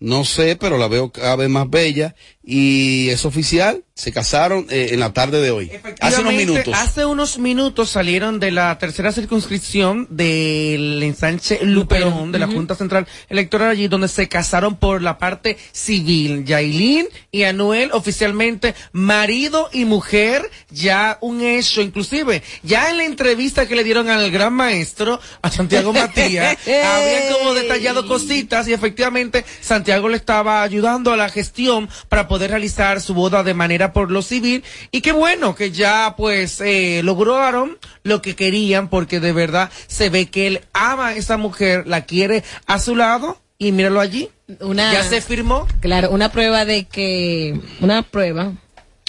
S2: no sé, pero la veo cada vez más bella y es oficial, se casaron eh, en la tarde de hoy, hace unos
S4: Efectivamente,
S2: minutos.
S4: Hace unos minutos salieron de la tercera circunscripción del ensanche Luperón de la Junta Central Electoral allí donde se casaron por la parte civil. Yailin y Anuel oficialmente marido y mujer, ya un hecho inclusive. Ya en la entrevista que le dieron al gran maestro, a Santiago Matías, había como detallado cositas y efectivamente Santiago le estaba ayudando a la gestión para poder realizar su boda de manera por lo civil y qué bueno que ya pues eh, lograron lo que querían porque de verdad se ve que él ama a esa mujer, la quiere a su lado y míralo allí.
S5: Una-
S4: ya se firmó.
S5: Claro, una prueba de que, una prueba,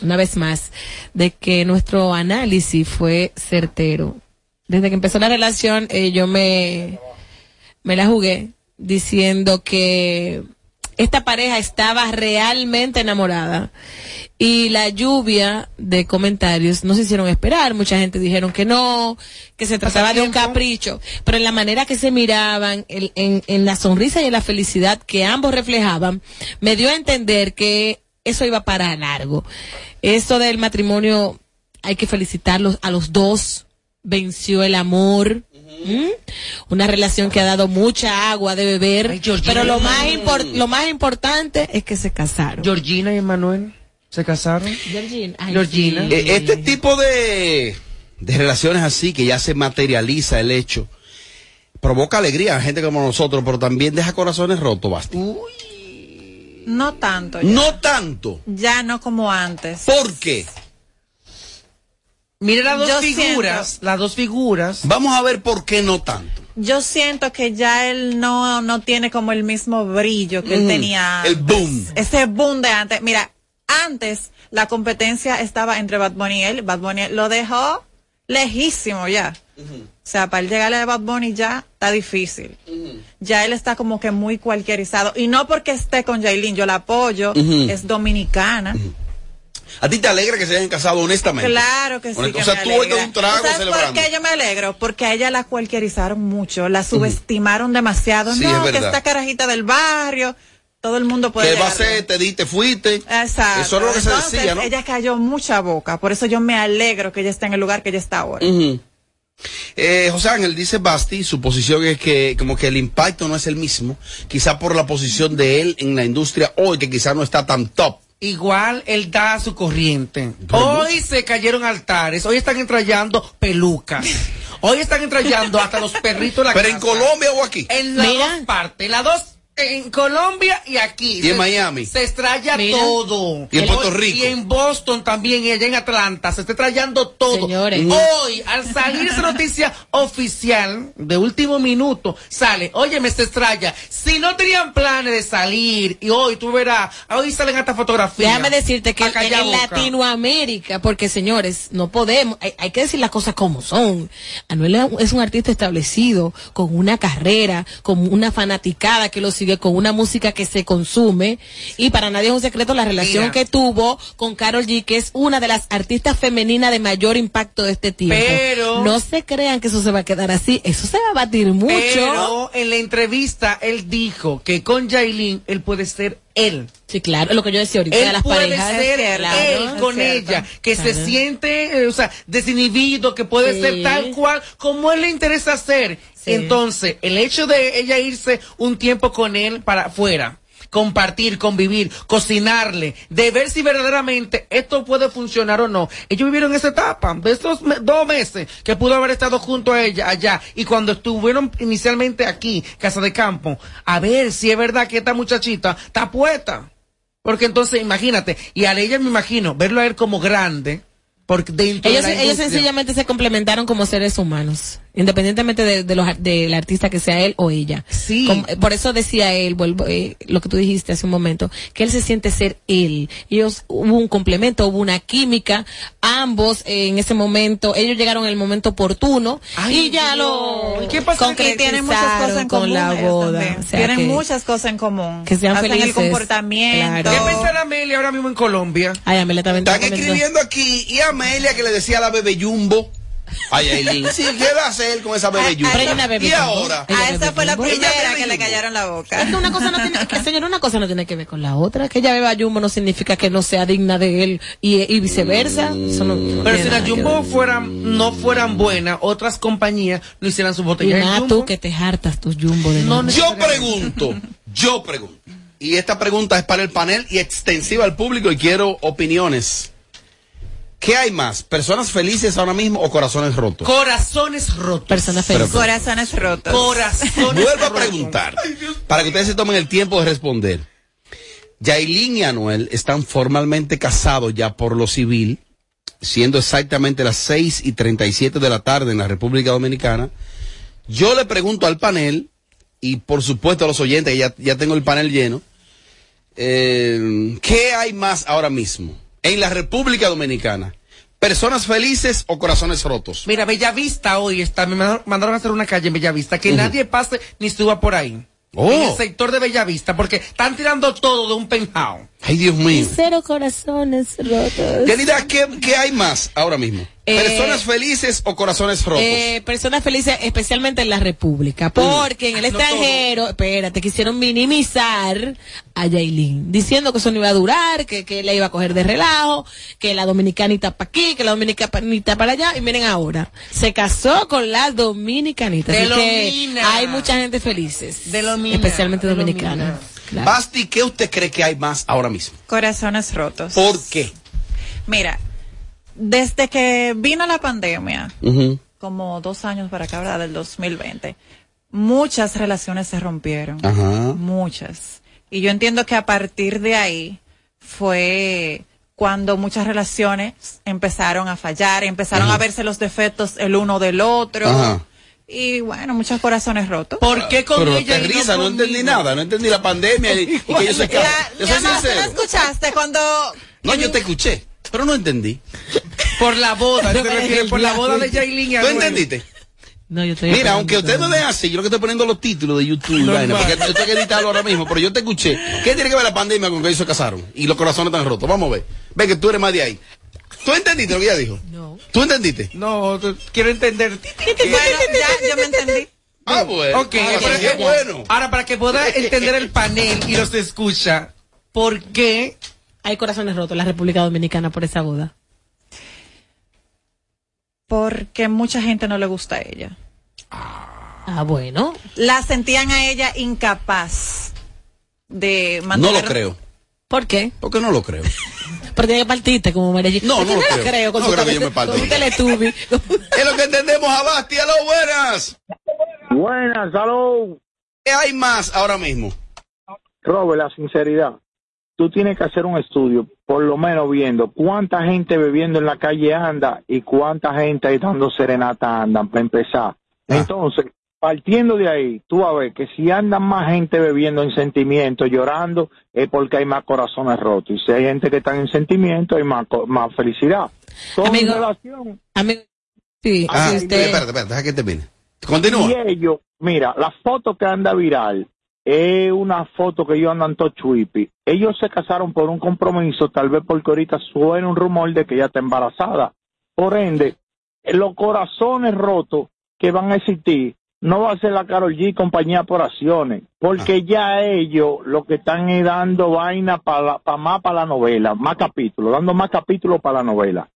S5: una vez más, de que nuestro análisis fue certero. Desde que empezó la relación, eh, yo me, me la jugué diciendo que esta pareja estaba realmente enamorada. Y la lluvia de comentarios nos hicieron esperar. Mucha gente dijeron que no, que se trataba de un capricho. Pero en la manera que se miraban, el- en, en la sonrisa y en la felicidad que ambos reflejaban, me dio a entender que eso iba para largo. Eso del matrimonio, hay que felicitarlos a los dos. Venció el amor. ¿Mm? Una relación que ha dado mucha agua de beber. pero lo más, impor- lo más importante es que se casaron.
S4: Georgina y Emanuel se casaron.
S5: Georgina. Ay,
S4: Georgina.
S5: sí.
S2: Eh, este tipo de, de relaciones así, que ya se materializa el hecho, provoca alegría a gente como nosotros, pero también deja corazones rotos, Basti.
S3: No tanto. Ya.
S2: No tanto.
S3: Ya no como antes.
S2: ¿Por qué?
S4: Mira las dos
S3: Yo
S4: figuras, las dos figuras.
S2: Vamos a ver por qué no tanto.
S3: Yo siento que ya él no, no tiene como el mismo brillo que él
S2: Mm,
S3: tenía.
S2: El boom.
S3: Ese boom de antes. Mira, antes la competencia estaba entre Bad Bunny y él. Bad Bunny lo dejó lejísimo ya. O sea, para él llegarle a Bad Bunny ya está difícil. Ya él está como que muy cualquierizado. Y no porque esté con Jailin, yo la apoyo,
S2: Ujú.
S3: es dominicana.
S2: A ti te alegra que se hayan casado, honestamente.
S3: Claro que sí.
S2: Honest-
S3: que
S2: o sea,
S3: me
S2: tú hoy
S3: alegra.
S2: te das un trago
S3: ¿Sabes
S2: celebrando.
S3: por qué yo me alegro? Porque a ella la cualquierizaron mucho, la subestimaron demasiado.
S2: Sí, es
S3: no, que
S2: verdad.
S3: esta carajita del barrio, todo el mundo puede.
S2: ¿Qué va a
S3: llegar.
S2: ser? Te di, te fuiste.
S3: Exacto.
S2: Eso es lo que se
S3: Entonces,
S2: decía, ¿no?
S3: Ella cayó mucha boca, por eso yo me alegro que ella esté en el lugar que ella está ahora.
S2: Ujú. Eh, José Ángel dice Basti, su posición es que como que el impacto no es el mismo, quizá por la posición de él en la industria hoy, que quizá no está tan top.
S4: Igual él da a su corriente. Hoy se cayeron altares, hoy están entrayando pelucas. Hoy están entrayando hasta los perritos de la
S2: ¿Pero
S4: casa.
S2: en Colombia o aquí?
S4: En las
S2: Mira.
S4: dos partes, las dos en Colombia y aquí.
S2: Y en Miami.
S4: Se extraya
S2: Mira.
S4: todo.
S2: Y en Puerto
S4: Hoy-
S2: Rico.
S4: Y en Boston también, y allá en Atlanta. Se está trayendo todo.
S5: Señores.
S4: Hoy, al salir esa noticia oficial de último minuto, sale, oye, me se extraya. Si no tenían planes de salir, y hoy tú verás, hoy salen hasta fotografías.
S5: Déjame decirte que
S4: Pa' callar
S5: en
S4: boca.
S5: Latinoamérica, porque señores, no podemos, hay, hay que decir las cosas como son. Anuel es un- es un artista establecido, con una carrera, con una fanaticada que lo sigue, con una música que se consume. Y para nadie es un secreto la relación
S4: Mira.
S5: que tuvo con Carol G, que es una de las artistas femeninas de mayor impacto de este tiempo.
S4: Pero-
S5: no se crean que eso se va a quedar así, eso se va a batir mucho.
S4: Pero en la entrevista él dijo que con Jailin él puede ser él.
S5: Sí, claro, lo que yo decía ahorita
S4: Él
S5: de las
S4: puede
S5: parejas.
S4: ser
S5: Claro,
S4: él
S5: es
S4: con
S5: cierto.
S4: ella, que se
S5: Claro.
S4: siente, eh, o sea, desinhibido, que puede
S5: Sí.
S4: ser tal cual como él le interesa ser. Entonces, el hecho de ella irse un tiempo con él para afuera. compartir, convivir, cocinarle, de ver si verdaderamente esto puede funcionar o no. Ellos vivieron esa etapa, de esos me- dos meses que pudo haber estado junto a ella allá y cuando estuvieron inicialmente aquí, Casa de Campo, a ver si es verdad que esta muchachita está puesta. Porque entonces, imagínate, y a ella me imagino, verlo a él como grande, porque dentro
S5: Ellos,
S4: de la
S5: ellos
S4: industria.
S5: sencillamente se complementaron como seres humanos, independientemente de, de los, del artista que sea él o ella. eh,
S4: Sí.
S5: por eso decía él, vuelvo, eh, lo que tú dijiste hace un momento, que él se siente ser él. Ellos hubo un complemento, hubo una química, ambos eh, en ese momento, ellos llegaron en el momento oportuno
S3: Ay,
S5: y ya
S3: no.
S5: lo
S3: ¿Qué pasa?
S5: concretizaron
S3: Que tienen muchas cosas en
S5: con
S3: común ¿eh?
S5: la
S3: ellos
S5: boda.
S3: también.
S5: O sea
S3: tienen
S5: que-
S3: muchas cosas en común.
S5: que sean
S3: Hacen el
S5: felices.
S3: comportamiento.
S4: ¿Qué pensará Amelia ahora mismo en Colombia?
S5: Ay, Amelia también
S2: Están escribiendo aquí y Amelia que le decía a la bebé Jumbo. Ay, Aileen. Sí, ¿qué va a hacer con esa bebé Jumbo? y ahora.
S3: A Ah, esa fue la
S5: Jumbo.
S3: primera que le callaron la boca.
S5: Es que una cosa no tiene, que, señor, una cosa no tiene que ver con la otra. Que ella beba Jumbo no significa que no sea digna de él y, y viceversa. Eso no- no
S4: Pero
S5: tiene
S4: si
S5: nada
S4: las
S5: que
S4: Jumbo
S5: ver.
S4: fueran, no fueran buenas, otras compañías no hicieran sus
S5: Y
S4: botellas de
S5: nada,
S4: Jumbo.
S5: tú que te hartas tus Jumbo de nada.
S2: yo pregunto, yo pregunto. Y esta pregunta es para el panel y extensiva al público y quiero opiniones. ¿Qué hay más? ¿Personas felices ahora mismo o corazones rotos?
S4: Corazones rotos.
S5: Personas
S2: felices. Pero-
S3: Corazones rotos.
S4: Corazones
S2: Vuelvo a preguntar, para que ustedes se tomen el tiempo de responder. Yailin y Anuel están formalmente casados ya por lo civil, siendo exactamente las 6 y 37 de la tarde en la República Dominicana. Yo le pregunto al panel, y por supuesto a los oyentes, que ya, ya tengo el panel lleno, eh, ¿qué hay más ahora mismo en la República Dominicana? ¿Personas felices o corazones rotos?
S4: Mira, Bellavista hoy está, me mandaron- mandaron a hacer una calle en Bellavista, que
S2: Ujú.
S4: nadie pase ni suba por ahí.
S2: Oh.
S4: En el sector de Bellavista, porque están tirando todo de un penthouse.
S2: Ay, Dios mío.
S5: Cero corazones rotos.
S2: Yanira, ¿qué, qué hay más ahora mismo?
S5: Eh,
S2: ¿Personas felices o corazones rotos?
S5: Eh, personas felices, especialmente en la República, porque en el
S2: No
S5: extranjero, espérate, quisieron minimizar a Yailin, diciendo que eso no iba a durar, que, que la iba a coger de relajo, que la dominicanita para aquí, que la dominicanita para allá, y miren ahora, se casó con la dominicanita. Así que
S4: Delomina.
S5: hay mucha gente felices, especialmente dominicana.
S2: Basti, ¿qué usted cree que hay más ahora mismo?
S3: Corazones rotos.
S2: ¿Por qué?
S3: Mira, desde que vino la pandemia,
S2: Ujú.
S3: como dos años para acá, ¿verdad? Del 2020, muchas relaciones se rompieron.
S2: Ajá.
S3: Muchas. Y yo entiendo que a partir de ahí fue cuando muchas relaciones empezaron a fallar, empezaron a verse los defectos el uno del otro.
S2: Ajá.
S3: Y bueno, muchos corazones rotos.
S4: ¿Por qué
S2: Pero aterriza, no, entendí nada, no entendí la pandemia y, y que yo soy, ca- yo soy
S3: Llamada, ¿tú me
S2: sincero.
S3: escuchaste cuando
S2: No, yo te escuché, pero no entendí.
S4: Por la boda, se refiere, por la boda de Yailin y
S2: ¿Tú
S4: Anuel.
S2: entendiste?
S5: No, yo estoy
S2: Mira,
S5: esperando
S2: aunque usted no
S5: todo.
S2: le hace, yo lo que estoy poniendo los títulos de YouTube, y
S5: Normal.
S2: vaina, porque yo tengo que editarlo ahora mismo, pero yo te escuché. ¿Qué tiene que ver la pandemia con que ellos se casaron? Y los corazones están rotos. Vamos a ver. Ve que tú eres más de ahí. ¿Tú entendiste lo que ella dijo? No. ¿Tú entendiste?
S4: No, te- quiero entender.
S3: Bueno, ya, ya me entendí.
S2: Ah, bueno.
S4: Ok,
S2: Ah,
S4: pero
S2: qué
S4: es que-
S2: bueno.
S4: Ahora, para que pueda entender el panel y los escucha, ¿por qué?
S5: Hay corazones rotos en la República Dominicana por esa boda.
S3: Porque mucha gente no le gusta a ella.
S5: Ah, bueno.
S3: La sentían a ella incapaz de
S2: No
S3: mantener.
S2: lo creo.
S5: ¿Por qué?
S2: Porque no lo creo.
S5: Porque tiene que partirte como María G. Es
S2: No,
S5: que
S2: no lo
S5: lo
S2: creo.
S5: creo. con
S2: No
S5: su
S2: creo que yo
S5: cabeza-
S2: me parta.
S5: con un teletubi.
S2: Es lo que entendemos a Basti. ¡Aló, buenas!
S6: Buenas, salud.
S2: ¿Qué hay más ahora mismo?
S6: Robert, la sinceridad. Tú tienes que hacer un estudio, por lo menos viendo cuánta gente bebiendo en la calle anda y cuánta gente ahí dando serenata andan, para empezar.
S1: Ah.
S6: Entonces, partiendo de ahí, tú vas a ver que si andan más gente bebiendo en sentimiento, llorando, es porque hay más corazones rotos. Y si hay gente que está en sentimiento, hay más, co- más felicidad. Son relación.
S5: Amigo. Sí,
S2: Ah,
S5: si usted-
S2: espérate, espérate, deja que termine. Continúa.
S6: Y ellos, mira, la foto que anda viral es una foto que ellos andan todo chuipi. Ellos se casaron por un compromiso, tal vez porque ahorita suena un rumor de que ella está embarazada. Por ende, eh, los corazones rotos que van a existir no va a ser la Carol G y compañía por acciones, porque
S2: Ah.
S6: ya ellos lo que están es dando vaina para más para la novela, más capítulos, dando más
S2: Mm.
S6: capítulos para la novela.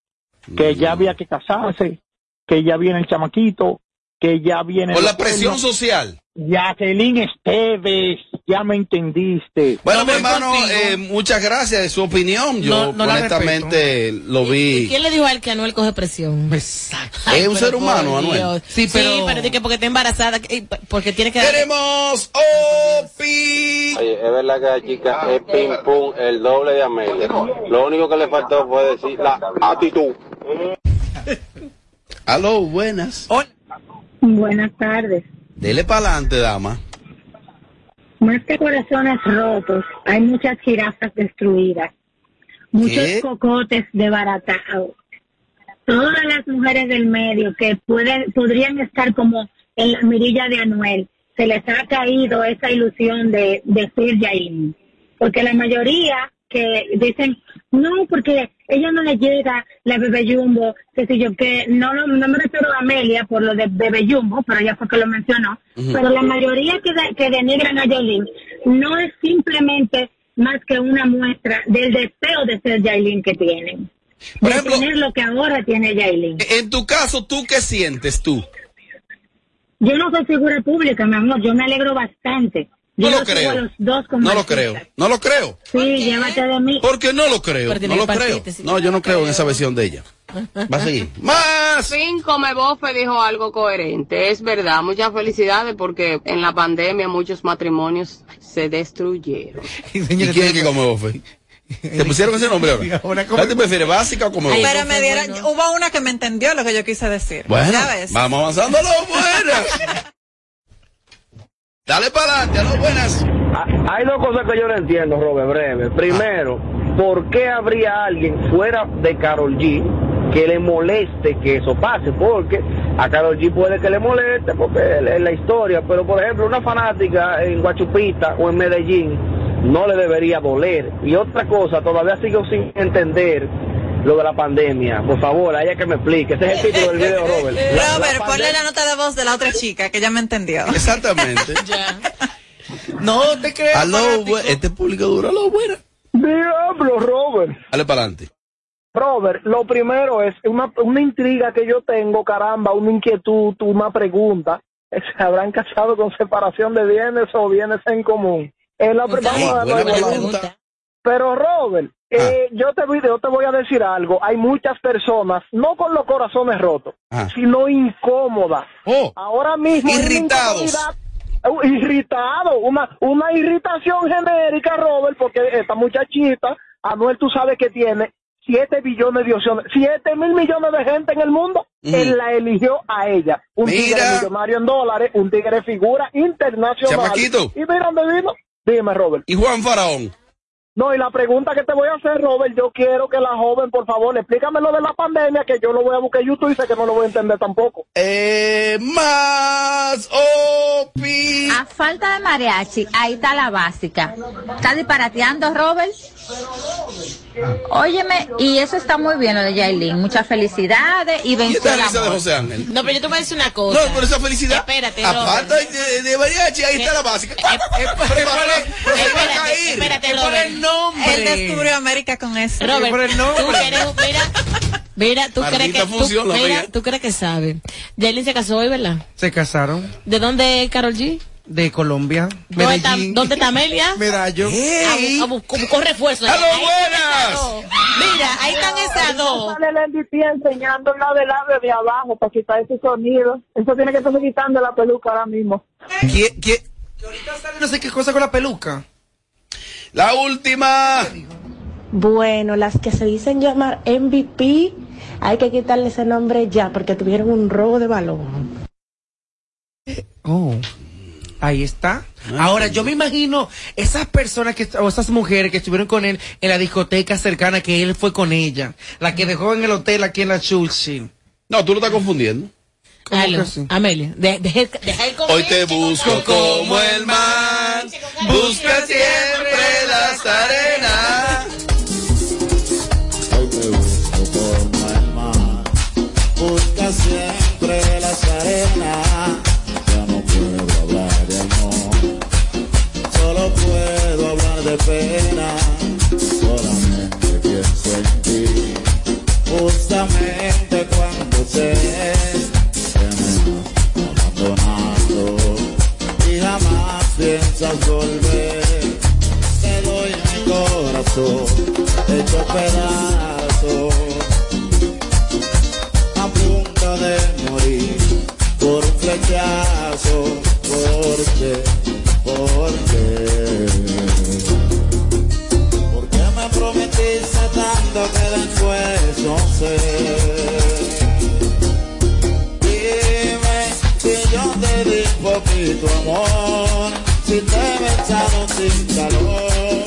S6: Que ya había que casarse, que ya viene el chamaquito, que ya viene.
S2: Por
S6: el
S2: la presión
S6: pueblo.
S2: social.
S6: Jacqueline Esteves, ya me entendiste.
S2: Bueno, mi hermano, eh, muchas gracias de su opinión. Yo
S5: No, no la
S2: honestamente lo
S5: ¿Y
S2: vi.
S5: quién le dijo a él que Anuel coge presión? Exacto.
S2: Es un ser humano, Anuel.
S5: Sí,
S2: Sí,
S5: pero...
S2: pero-
S5: Sí, pero di que porque está embarazada, que- eh, porque tiene que...
S2: ¡Queremos
S1: Oye, es verdad que la chica es pim pum el doble de Amelia. Lo único que le faltó fue decir la actitud.
S2: Aló, buenas.
S16: Buenas tardes.
S2: Dele para adelante, dama.
S16: Más que corazones rotos, hay muchas jirafas destruidas, muchos
S2: ¿Qué?
S16: cocotes desbaratados. Todas las mujeres del medio que pueden, podrían estar como en la mirilla de Anuel, se les ha caído esa ilusión de, de ser Yailin. Porque la mayoría que dicen, no, porque ella no le llega la bebé jumbo, que si yo que, no, no, no me refiero a Amelia por lo de bebé jumbo, pero ya fue que lo mencionó,
S17: Ujú.
S16: pero la mayoría que, de- que denigran a Yailin no es simplemente más que una muestra del deseo de ser Yailin que tienen.
S2: Por Eh,
S16: tener lo que ahora tiene Yailin.
S2: En tu caso, ¿tú qué sientes tú?
S16: Yo no soy figura pública, mi amor, yo me alegro bastante.
S2: No
S16: yo
S2: lo
S16: los tengo a
S2: creo.
S16: los dos como
S2: No lo
S16: artistas.
S2: creo. No lo creo.
S16: Sí, llévate de mí.
S2: Porque no lo creo.
S16: Pero
S2: No
S16: tiene
S2: lo
S16: que
S2: creo.
S16: partirte, sí.
S2: No, yo no creo en esa versión de ella. Va a seguir. Más.
S18: Cinco me bofe dijo algo coherente. Es verdad, muchas felicidades porque en la pandemia muchos matrimonios se destruyeron.
S2: ¿Y quién es que come bofe? ¿Te pusieron ese nombre ahora? ¿Cuál te prefieres, básica o come bofe?
S3: Pero me dieron, hubo una que me entendió lo que yo quise decir.
S2: Bueno,
S3: ya ves.
S2: vamos avanzando a lo buenas. Dale para adelante, a lo buenas.
S19: Ah, Hay dos cosas que yo no entiendo, Robert, breve. Primero, ¿por qué habría alguien fuera de Carol G que le moleste que eso pase? Porque a Carol G puede que le moleste porque es la historia, pero por ejemplo, una fanática en Guachupita o en Medellín no le debería doler. Y otra cosa, todavía sigo sin entender lo de la pandemia. Por favor, a ella que me explique. Ese es el título del video, Robert. La-
S3: Robert, ponle la nota de voz de la otra chica que ya me entendió.
S2: Exactamente.
S4: No te creas.
S2: A lo bu- Este público duro, a lo buena.
S19: Diablo, Robert.
S2: Dale para adelante.
S19: Robert, lo primero es una, una intriga que yo tengo, caramba, una inquietud, una pregunta. ¿Se habrán casado con separación de bienes o bienes en común? Es la
S20: Gonzalo,
S19: vamos a darle
S20: buena
S19: por ahí.
S20: pregunta.
S19: Pero Robert,
S2: Ah.
S19: eh, yo, te, voy- yo te voy a decir algo. Hay muchas personas, no con los corazones rotos,
S2: Ah.
S19: sino incómodas.
S2: Oh.
S19: Ahora mismo. hay una
S20: Irritados.
S19: incomodidad Uh, irritado, una, una irritación genérica, Robert, porque esta muchachita, Anuel, tú sabes que tiene 7 billones de opciones, 7 mil millones de gente en el mundo,
S2: Ujú.
S19: él la eligió a ella. Un tigre
S2: Mira.
S19: millonario en dólares, un tigre figura internacional.
S2: Chamaquito.
S19: Y mira dónde vino. Dime, Robert.
S2: Y Juan Faraón.
S19: No, y la pregunta que te voy a hacer, Robert, yo quiero que la joven, por favor, explícame lo de la pandemia, que yo lo voy a buscar en YouTube y sé que no lo voy a entender tampoco.
S2: Eh, más Opi.
S13: A falta de mariachi, ahí está la básica. Está disparateando, Robert. Óyeme, y eso está muy bien lo de Yailin. Muchas felicidades y
S2: ¿Y
S13: venció
S2: esta
S13: el
S2: risa de
S13: amor.
S2: José Ángel?
S5: No, pero yo te voy a decir una cosa.
S2: No, pero esa felicidad.
S5: Espérate,
S2: A
S5: Robert. Eh,
S2: falta de, de mariachi, ahí está la básica.
S5: Espérate, espérate,
S3: por
S5: Robert.
S3: el nombre. Él descubrió América con eso.
S5: Robert, tú crees, mira, mira, tú
S4: Maldita
S5: crees que tú,
S4: función, la
S5: mira,
S4: mía.
S5: tú crees que sabe. Jailin se casó hoy, ¿verdad?
S4: Se casaron
S5: ¿De dónde es Carol G?
S4: de Colombia.
S5: ¿Dónde está,
S4: Medellín.
S5: dónde está Amelia?
S4: Medallo.
S5: A, bu- a bu- buscó refuerzo.
S4: ¡A lo
S5: Ahí están
S4: buenas!
S5: esas dos. Mira, ahí están esas dos.
S17: Sale el MVP enseñando la de lado de abajo para quitar ese sonido. Eso tiene que estarse quitando la peluca ahora mismo.
S4: ¿Quién, quién? Y ahorita sale no sé qué cosa con la peluca.
S2: La última.
S21: Bueno, las que se dicen llamar MVP, hay que quitarle ese nombre ya porque tuvieron un robo de balón.
S4: Oh. Ahí está. Ahora, yo me imagino esas personas que, o esas mujeres que estuvieron con él en la discoteca cercana que él fue con ella. La que dejó en el hotel aquí en la Churchill.
S2: No, tú lo estás confundiendo.
S5: Aló, Amelia, de- deja el- deja el
S2: Hoy te busco como el mar. Busca siempre las arenas.
S20: Busca siempre las arenas. Ya no puedo hablar de amor. Solo puedo hablar de pena. Solamente pienso en ti. Justamente cuando sé que me
S1: los golpes, te doy mi corazón, hecho pedazos, a punto de morir por un flechazo, porque, porque. Porque me prometiste tanto que después no sé. Dime si yo te di poquito amor, si te he echado sin calor,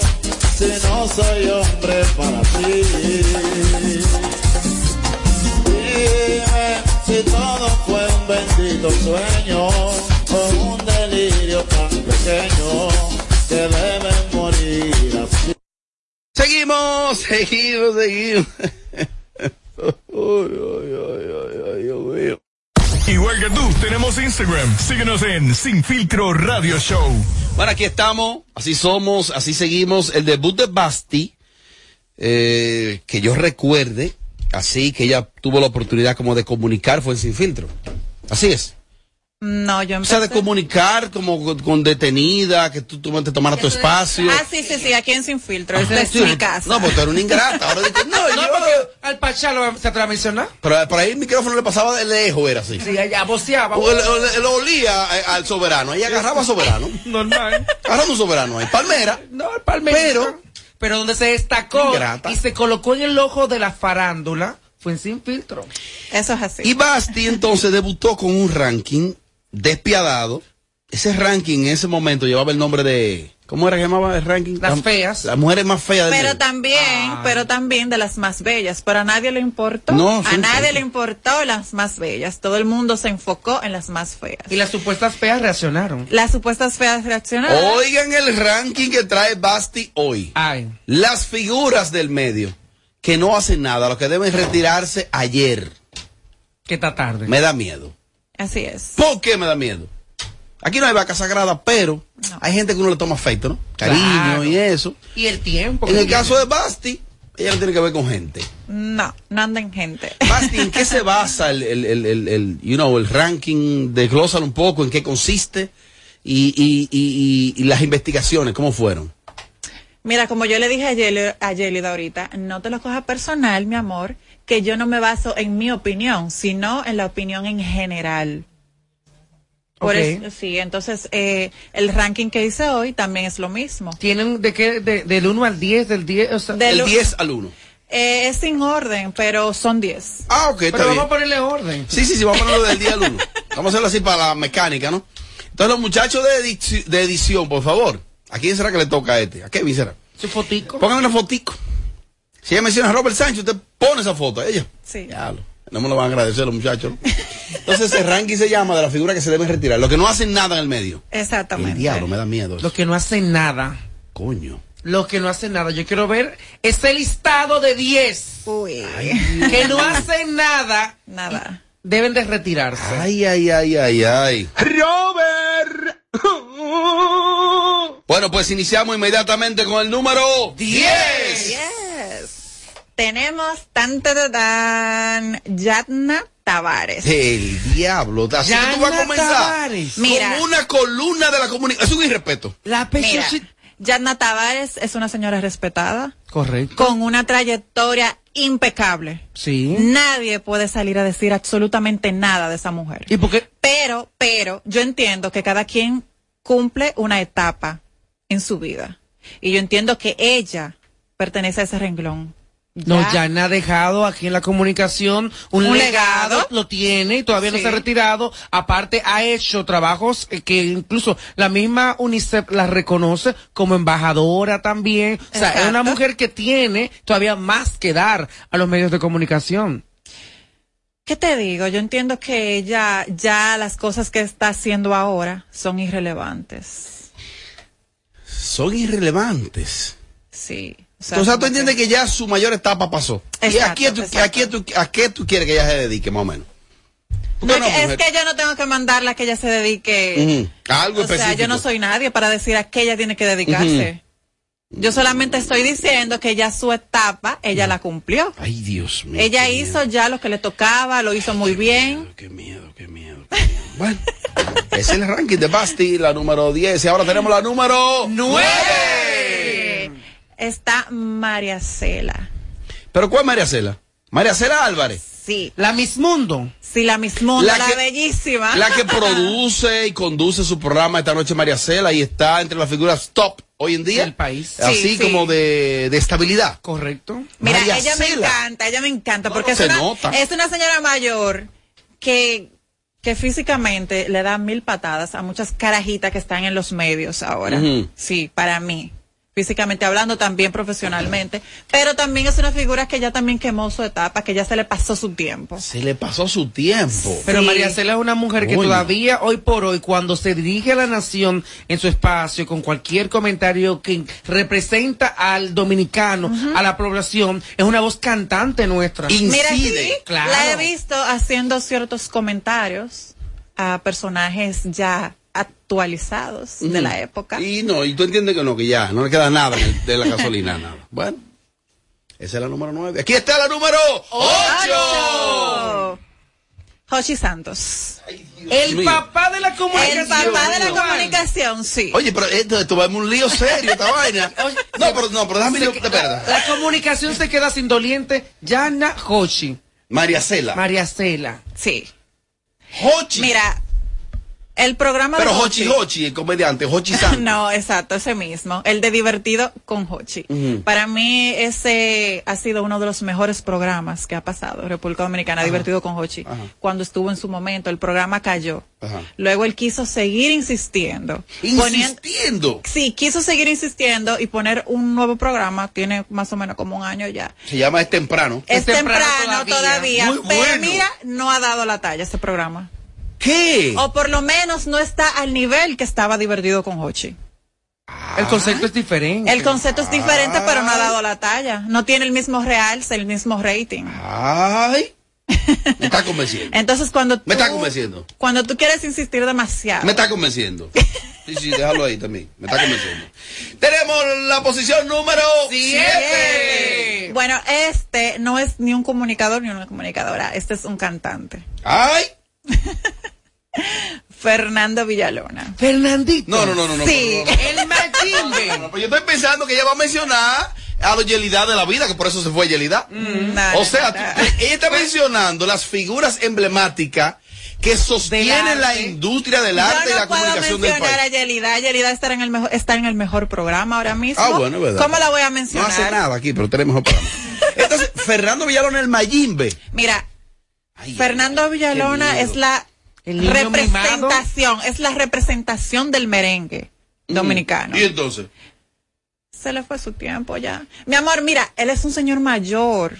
S1: si no soy hombre para ti. Dime si todo fue un bendito sueño o un delirio tan pequeño que deben morir así.
S2: Seguimos, seguimos, seguimos. Uy, uy, uy, uy, uy, Dios mío.
S9: Igual que tú, tenemos Instagram. Síguenos en Sin Filtro Radio Show.
S2: Bueno, aquí estamos, así somos, así seguimos. El debut de Basti, eh, que yo recuerde, así que ella tuvo la oportunidad como de comunicar, fue en Sin Filtro. Así es.
S3: No, yo
S2: O sea, de comunicar como con, con detenida, que tú, tú te tomaras tu espacio.
S3: Ah, sí, sí, sí, aquí en Sin Filtro, esto es
S2: Sí.
S3: mi casa.
S2: No, pues tú eres una ingrata. Ahora dices, no, yo...
S4: porque al Pachá lo se atreve a mencionar.
S2: Pero eh, por ahí el micrófono le pasaba de lejos, era así.
S4: Sí, allá voceaba. Este.
S2: O el- o el- lo olía eh, al soberano. Ahí agarraba a soberano.
S4: Normal.
S2: Agarraba un soberano ahí. Palmera.
S4: No, el Palmera. Pero, pero donde se destacó
S2: Ingrata.
S4: y se colocó en el ojo de la farándula fue en Sin Filtro.
S3: Eso es así.
S2: Y Basti entonces debutó con un ranking despiadado. Ese ranking en ese momento llevaba el nombre de. ¿Cómo era que llamaba el ranking?
S3: Las
S2: feas. Las mujeres más feas del
S3: Pero
S2: mundo.
S3: también, pero también de las más bellas. Pero a nadie le importó.
S2: No,
S3: a
S2: sí,
S3: nadie
S2: sí.
S3: le importó las más bellas. Todo el mundo se enfocó en las más feas.
S4: Y las supuestas feas reaccionaron.
S3: Las supuestas feas reaccionaron.
S2: Oigan el ranking que trae Basti hoy. Las figuras del medio que no hacen nada, los que deben retirarse ayer.
S4: Que está tarde.
S2: Me da miedo.
S3: Así es.
S2: ¿Por qué me da miedo? Aquí no hay vaca sagrada, pero hay gente que uno le toma afecto, ¿no? Cariño
S4: Claro.
S2: y eso.
S4: Y el tiempo.
S2: En el caso de Basti, ella no tiene que ver con gente.
S3: No, no anden gente.
S2: Basti, ¿en qué se basa el, el, el, el, el, you know, el ranking? Desglósalo un poco, ¿en qué consiste? Y, y, y, y- y las investigaciones, ¿cómo fueron?
S3: Mira, como yo le dije a Yeli- a Yelida ahorita, no te lo cojas personal, mi amor, que yo no me baso en mi opinión, sino en la opinión en general. Por
S4: Ok.
S3: eso- sí, entonces eh, el ranking que hice hoy también es lo mismo.
S4: Tienen de qué, de- del 1 al 10, del 10, o sea,
S3: Del Del 10
S2: al 1.
S3: Eh, es sin orden, pero son 10.
S2: Ah, ok, está
S4: Pero vamos
S2: bien.
S4: a ponerle orden.
S2: Sí, sí, sí, vamos a ponerlo del día al uno. Vamos a hacerlo así para la mecánica, ¿no? Entonces, los muchachos de, edici- de edición, por favor. ¿A quién será que le toca a este? ¿A Kevin será?
S4: Su fotico.
S2: Póngame una fotico. Si ella menciona a Robert Sánchez, usted pone esa foto a ella.
S3: Sí.
S2: Diablo. No me lo van a agradecer los muchachos. Entonces, el ranking se llama de las figuras que se deben retirar. Los que no hacen nada en el medio. El
S3: Exactamente.
S2: diablo, me da miedo. eso.
S4: Los que no hacen nada.
S2: Coño.
S4: Los que no hacen nada. Yo quiero ver ese listado de 10. Que no hacen nada.
S3: Nada.
S4: Deben de retirarse.
S2: Ay, ay, ay, ay, ay.
S4: ¡Robert!
S2: Bueno, pues iniciamos inmediatamente con el número 10.
S3: Yes. Tenemos tan, tan, tan, Yadna Tavares.
S2: El diablo. Así que tú vas a
S3: Yana
S2: comenzar.
S3: Tavares.
S2: Con
S3: Mira.
S2: una columna de la comunicación. Es un irrespeto.
S4: La
S3: Mira, Yadna Tavares es una señora respetada,
S4: Correcto.
S3: con una trayectoria impecable.
S4: Sí.
S3: Nadie puede salir a decir absolutamente nada de esa mujer.
S4: ¿Y por qué?
S3: Pero, pero, yo entiendo que cada quien cumple una etapa en su vida. Y yo entiendo que ella pertenece a ese renglón.
S4: No, Yana ha dejado aquí en la comunicación un,
S3: Un
S4: legado,
S3: legado.
S4: lo tiene y todavía no
S3: Sí.
S4: se ha retirado. Aparte, ha hecho trabajos eh, que incluso la misma UNICEF la reconoce como embajadora también. O sea, es una mujer que tiene todavía más que dar a los medios de comunicación.
S3: ¿Qué te digo? Yo entiendo que ella ya las cosas que está haciendo ahora son irrelevantes.
S2: Son irrelevantes.
S3: Sí. O
S2: Entonces,
S3: sea,
S2: O sea, tú
S3: como
S2: entiendes que ya su mayor etapa pasó. ¿Y a,
S3: Exacto,
S2: qué tú, a, qué tú, a qué tú quieres que ella se dedique, más o menos? ¿Por
S3: No,
S2: qué
S3: es, que,
S2: mujer?
S3: es que yo no tengo que mandarla a que ella se dedique.
S2: Ujú, a algo
S3: o sea, yo
S2: específico.
S3: no soy nadie para decir a qué ella tiene que dedicarse. Yo solamente estoy diciendo que ya su etapa, ella la cumplió.
S2: Ay, Dios mío.
S3: ella hizo ya lo que le tocaba, lo hizo muy bien.
S2: Bueno, es el ranking de Basti, la número 10. Y ahora tenemos la número 9.
S3: Está María Cela.
S2: ¿Pero cuál María Cela? María Cela Álvarez.
S3: Sí.
S4: La Miss Mundo.
S3: Sí, la Miss Mundo,
S2: La
S3: la,
S2: que-
S3: bellísima.
S2: La que produce y conduce su programa esta noche, María Cela, y está entre las figuras top hoy en día.
S4: Del país.
S2: Así
S3: Sí, sí.
S2: como de, de estabilidad.
S4: Correcto.
S3: Mira,
S2: María
S3: ella me
S2: Cela.
S3: encanta, ella me encanta,
S2: No,
S3: porque
S2: no
S3: es,
S2: se
S3: una,
S2: nota.
S3: es una señora mayor que, que físicamente le da mil patadas a muchas carajitas que están en los medios ahora.
S2: Ujú.
S3: Sí, para mí. Físicamente hablando, también profesionalmente. Pero también es una figura que ya también quemó su etapa, que ya se le pasó su tiempo.
S2: Se le pasó su tiempo.
S4: Pero María Cela es una mujer que
S2: Coño.
S4: todavía hoy por hoy, cuando se dirige a la nación en su espacio, con cualquier comentario que representa al dominicano, a la población, es una voz cantante nuestra.
S3: Mira, sí,
S4: claro.
S3: la he visto haciendo ciertos comentarios a personajes ya actualizados de la época.
S2: Mm. Y no, y tú entiendes que no, que ya, no le queda nada en el- de la gasolina, nada. Bueno, esa es la número 9. Aquí está la número 8.
S3: Jochi Santos.
S4: El
S2: mío.
S4: papá de la comunicación.
S3: El papá de la
S4: Juan.
S3: comunicación, sí.
S2: Oye, pero esto, esto va en un lío serio, esta vaina. No, pero, no, pero déjame, yo- espera.
S4: La comunicación se queda sin doliente. Yana Hochi.
S2: María Cela.
S4: María Cela.
S3: Sí.
S2: Hochi.
S3: Mira, el programa
S2: Pero
S3: de
S2: Hochi Hochi, el comediante, Hochi Santos.
S3: No, exacto, ese mismo. El de Divertido con Hochi.
S2: Ujú.
S3: Para mí ese ha sido uno de los mejores programas que ha pasado en República Dominicana,
S2: Ajá.
S3: Divertido con Hochi.
S2: Ajá.
S3: Cuando estuvo en su momento, el programa cayó.
S2: Ajá.
S3: Luego él quiso seguir insistiendo. Poniendo-
S2: Insistiendo.
S3: Sí, quiso seguir insistiendo y poner un nuevo programa. Tiene más o menos como un año ya.
S2: Se llama Es Temprano.
S3: Es, temprano, todavía,
S2: Muy
S3: pero
S2: bueno.
S3: mira, no ha dado la talla este programa.
S2: ¿Qué?
S3: O por lo menos no está al nivel que estaba divertido con Hochi.
S4: El concepto es diferente.
S3: El concepto es diferente, pero no ha dado la talla. No tiene el mismo realce, el mismo rating.
S2: Ay. Me está convenciendo.
S3: Entonces cuando tú,
S2: Me está convenciendo.
S3: cuando tú quieres insistir demasiado.
S2: Me está convenciendo. Sí, sí, déjalo ahí también. Me está convenciendo. Tenemos la posición número 7.
S3: Bueno, este no es ni un comunicador ni una comunicadora. Este es un cantante.
S2: ¡Ay!
S3: Fernando Villalona.
S4: Fernandito.
S2: No, no, no, no. no,
S3: Sí.
S2: no, no, no.
S4: El machimbe.
S2: No, pero yo estoy pensando que ella va a mencionar a los Yelidá de la vida, que por eso se fue Yelidá.
S3: no,
S2: o sea,
S3: no,
S2: tú- ella está mencionando las figuras emblemáticas que sostienen
S3: Del
S2: la
S3: arte.
S2: industria del
S3: Yo
S2: arte y
S3: no
S2: la
S3: puedo
S2: comunicación del
S3: mencionar a
S2: país.
S3: Yelida. Yelida está en el mejor, está en el mejor programa ahora mismo.
S2: Ah, bueno, es verdad.
S3: ¿Cómo la voy a mencionar?
S2: No hace nada aquí, pero tenemos mejor programa. Entonces, Fernando Villalona, el Mayimbe.
S3: Mira, Fernando Villalona
S2: qué miedo.
S3: es la
S2: niño
S3: representación, es la representación del merengue dominicano.
S2: Mm. ¿Y entonces?
S3: Se le fue su tiempo ya. Mi amor, mira, él es un señor mayor.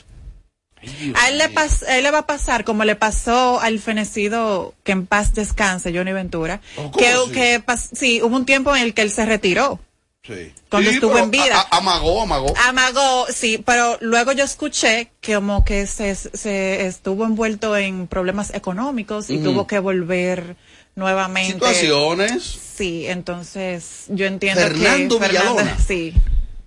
S3: A él, le pas- a él le va a pasar como le pasó al fenecido que en paz descanse, Johnny Ventura.
S2: Oh, ¿cómo
S3: que,
S2: así?
S3: que pas- sí, hubo un tiempo en el que él se retiró.
S2: Sí.
S3: Cuando
S2: Sí,
S3: estuvo
S2: pero
S3: en vida. Ah,
S2: a- a- amagó, amagó.
S3: Amagó, sí, pero luego yo escuché que como que se, se estuvo envuelto en problemas económicos y
S2: Ujú.
S3: tuvo que volver nuevamente.
S2: Mm. Situaciones.
S3: Sí, entonces yo entiendo
S2: Fernando
S3: que
S2: Villalona.
S3: sí.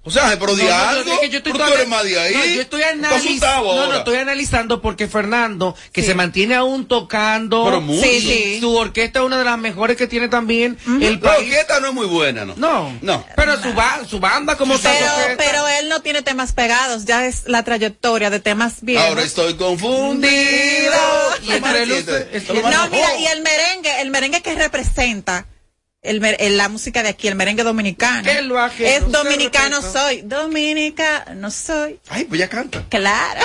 S2: O sea, pero di
S4: No, no, no,
S2: algo.
S4: es que yo estoy
S2: pero tú
S4: todavía-
S2: eres más de ahí.
S4: No, yo estoy
S2: Estás asustado
S4: analizando. No, no,
S2: ahora.
S4: estoy analizando porque Fernando, que se mantiene aún tocando.
S2: Pero mucho. Sí, sí.
S4: Su orquesta es una de las mejores que tiene también el
S2: La
S4: país.
S2: orquesta no es muy buena, ¿no?
S4: No.
S2: No.
S4: Pero su, ba- su banda, como está
S3: Pero,
S4: su orquesta?
S3: pero él no tiene temas pegados, ya es la trayectoria de temas viejos.
S2: Ahora estoy confundido.
S3: Hundido.
S2: Y entre luces- esto lo
S3: No,
S2: van a-
S3: mira, y el merengue, el merengue que representa el, mer- el- la música de aquí, el merengue dominicano.
S4: Que lo ajeno se
S3: es dominicano
S4: respeta.
S3: soy, dominicano soy.
S2: Ay, pues ya canta.
S3: Claro.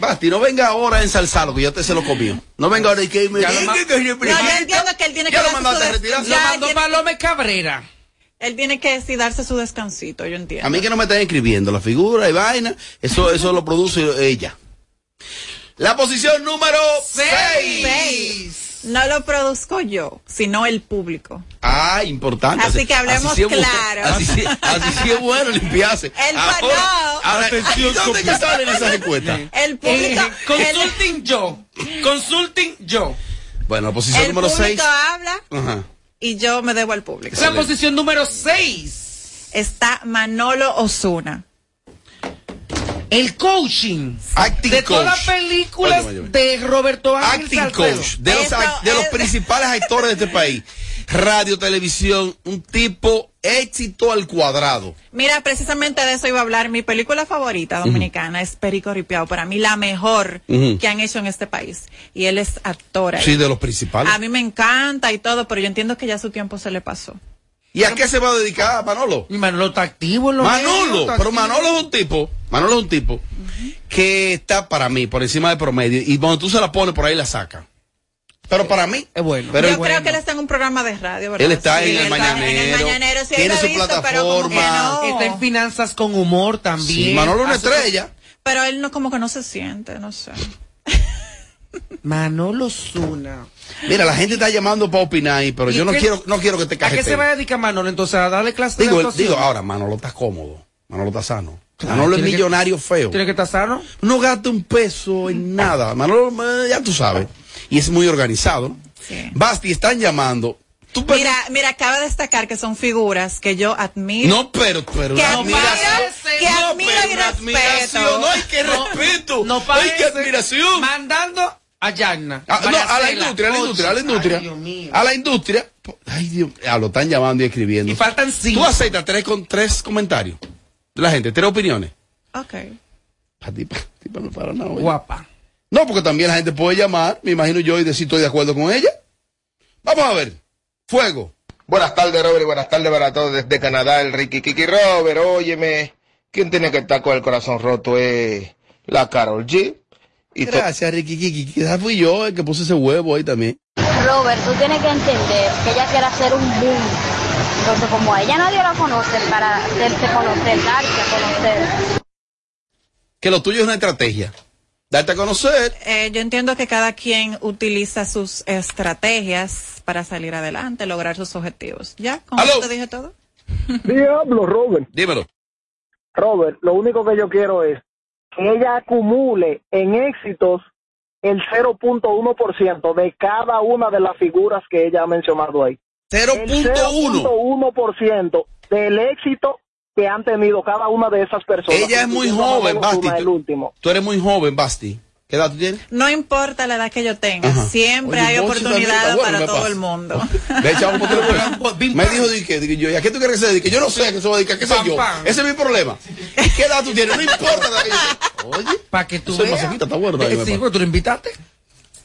S2: Basti, no venga ahora a ensalzarlo, que yo te se lo comió. No venga ahora y que me
S4: Ya lo ma-
S2: diga que yo
S3: No, yo entiendo que él tiene que
S2: Ya lo
S3: darse
S2: mandaste
S3: su
S2: a retirar.
S3: des-
S4: Lo
S3: ya,
S4: mandó
S3: tiene-
S4: Palome Cabrera.
S3: Él tiene que sí, darse su descansito, yo entiendo.
S2: A mí que no me estén escribiendo la figura y vaina, eso, eso lo produce ella. La posición número 6.
S3: Seis. No lo produzco yo, sino el público.
S2: Ah, importante.
S3: Así que hablemos
S2: sí es bueno.
S3: claro.
S2: Así, sí- así sí es bueno limpiarse.
S3: El
S2: ahora,
S3: panó.
S2: ahora,
S4: Atención,
S2: ¿Dónde que
S4: copia.
S2: salen esas encuestas?
S3: El público,
S4: Eh, consulting yo. Consulting yo.
S2: Bueno, la posición
S3: el, el
S2: número
S3: público
S2: 6.
S3: habla
S2: Ajá.
S3: y yo me debo al público.
S4: La posición número 6.
S3: Está Manolo Osuna.
S4: El coaching
S2: Acting
S4: de
S2: coach.
S4: todas las películas
S2: Óyeme, óyeme.
S4: de Roberto Ángel
S2: acting
S4: Salcedo.
S2: coach de los, act- de los principales actores de este país. Radio, televisión, un tipo éxito al cuadrado.
S3: Mira, precisamente de eso iba a hablar. Mi película favorita dominicana es Perico Ripiao. Para mí, la mejor
S2: Ujú.
S3: que han hecho en este país. Y él es actor. ahí.
S2: Sí, de los principales.
S3: A mí me encanta y todo, pero yo entiendo que ya su tiempo se le pasó.
S2: ¿Y a qué se va a dedicar Manolo?
S4: Manolo está activo. lo veo,
S2: Manolo,
S4: está
S2: pero
S4: activo.
S2: Manolo es un tipo, Manolo es un tipo que está para mí por encima del promedio y cuando tú se la pones por ahí la saca. Pero para mí es bueno. Pero
S3: yo
S2: es bueno.
S3: creo que él está en un programa de radio, ¿verdad?
S2: Él está
S3: Sí,
S2: en, el
S3: él está
S2: mañanero,
S3: en el Mañanero, sí, él
S2: tiene
S3: lo he
S2: su
S3: visto, pero como que
S2: plataforma.
S4: Está en finanzas con humor también.
S2: Sí, Manolo es una
S4: Hace-
S2: estrella.
S3: Pero él no como que no se siente, no sé.
S4: Manolo Zuna.
S2: Mira, la gente está llamando para opinar ahí, pero
S4: ¿Y
S2: yo no
S4: qué-
S2: quiero, no quiero que te
S4: ¿A qué
S2: cajeteen.
S4: se va a dedicar Manolo entonces? ¿A darle clases
S2: Digo,
S4: de
S2: él-
S4: actuación?
S2: digo, ahora Manolo está cómodo, Manolo está sano.
S4: Claro,
S2: Manolo es
S4: tiene que-
S2: millonario feo.
S4: ¿Tiene que estar sano?
S2: No gasta un peso en nada. Manolo, eh, ya tú sabes. Y es muy organizado. Basti, están llamando. Tú pe-
S3: Mira, mira, cabe destacar que son figuras que yo admiro.
S2: No, pero, pero
S3: que
S2: una
S3: admiro,
S2: admiración.
S3: que
S2: No,
S3: admiro
S2: pero
S3: y
S2: una admiración.
S3: respeto.
S2: No, hay que respeto.
S4: No
S2: hay
S4: parece.
S2: que admiración.
S4: Mandando a Yagna.
S2: Ah, no, a la
S4: Marisela,
S2: industria, a la
S4: Ochi.
S2: industria, a la industria.
S4: Ay, Dios mío.
S2: a la industria. Po- Ay, Dios. Ah, lo están llamando y escribiendo. Y
S4: faltan cinco.
S2: Tú aceptas tres, con, tres comentarios de la gente, tres opiniones.
S3: Ok.
S2: Eh, A ti, pa- ti pa- no para nada, oye.
S4: Guapa.
S2: No, porque también la gente puede llamar, me imagino yo, y decir estoy de acuerdo con ella. Vamos a ver. Fuego.
S7: Buenas tardes, Robert, y buenas tardes para todos desde Canadá, el Ricky Kiki Robert. Óyeme, quien tiene que estar con el corazón roto
S1: eh.
S7: es la Carol G. Y to-
S2: Gracias, Ricky Kiki. Quizás fui yo el que puse ese huevo ahí también.
S8: Robert, tú tienes que entender que ella quiere hacer un boom. Entonces, como a ella nadie la conoce, para hacerse conocer, darse a conocer.
S2: Que lo tuyo es una estrategia. Darte a conocer.
S3: Eh, yo entiendo que cada quien utiliza sus estrategias para salir adelante, lograr sus objetivos. ¿Ya? ¿Con eso te dije todo?
S6: Diablo, Robert.
S2: Dímelo.
S6: Robert, lo único que yo quiero es que ella acumule en éxitos el 0.1% de cada una de las figuras que ella ha mencionado ahí. El 0.1% del éxito que han tenido cada una de esas personas.
S2: Ella es muy
S6: Incluyendo a
S2: joven,
S6: Manolo
S2: Basti.
S6: Zuna, el
S2: Tú,
S6: último.
S2: tú eres muy joven, Basti. ¿Qué edad tú tienes?
S3: No importa la edad que yo tenga, siempre
S2: Oye,
S3: hay
S2: Monchi también está
S3: oportunidades
S2: bueno,
S3: para
S2: me
S3: todo
S2: pasa.
S3: el mundo.
S2: Le echaba un poquito de programa. Me dijo, di que, di que yo, ¿y a qué tú quieres que se dedique? Yo no sé a qué se va a dedicar, qué sé
S4: Pam,
S2: yo.
S4: pam.
S2: Ese es mi problema. ¿Qué edad tú tienes? No importa la edad que yo tenga. Oye,
S4: para que tú
S2: soy
S4: veas.
S2: masoquista, está bueno.
S4: Eh,
S2: ahí, me
S4: sí,
S2: pasa.
S4: porque tú lo invitaste.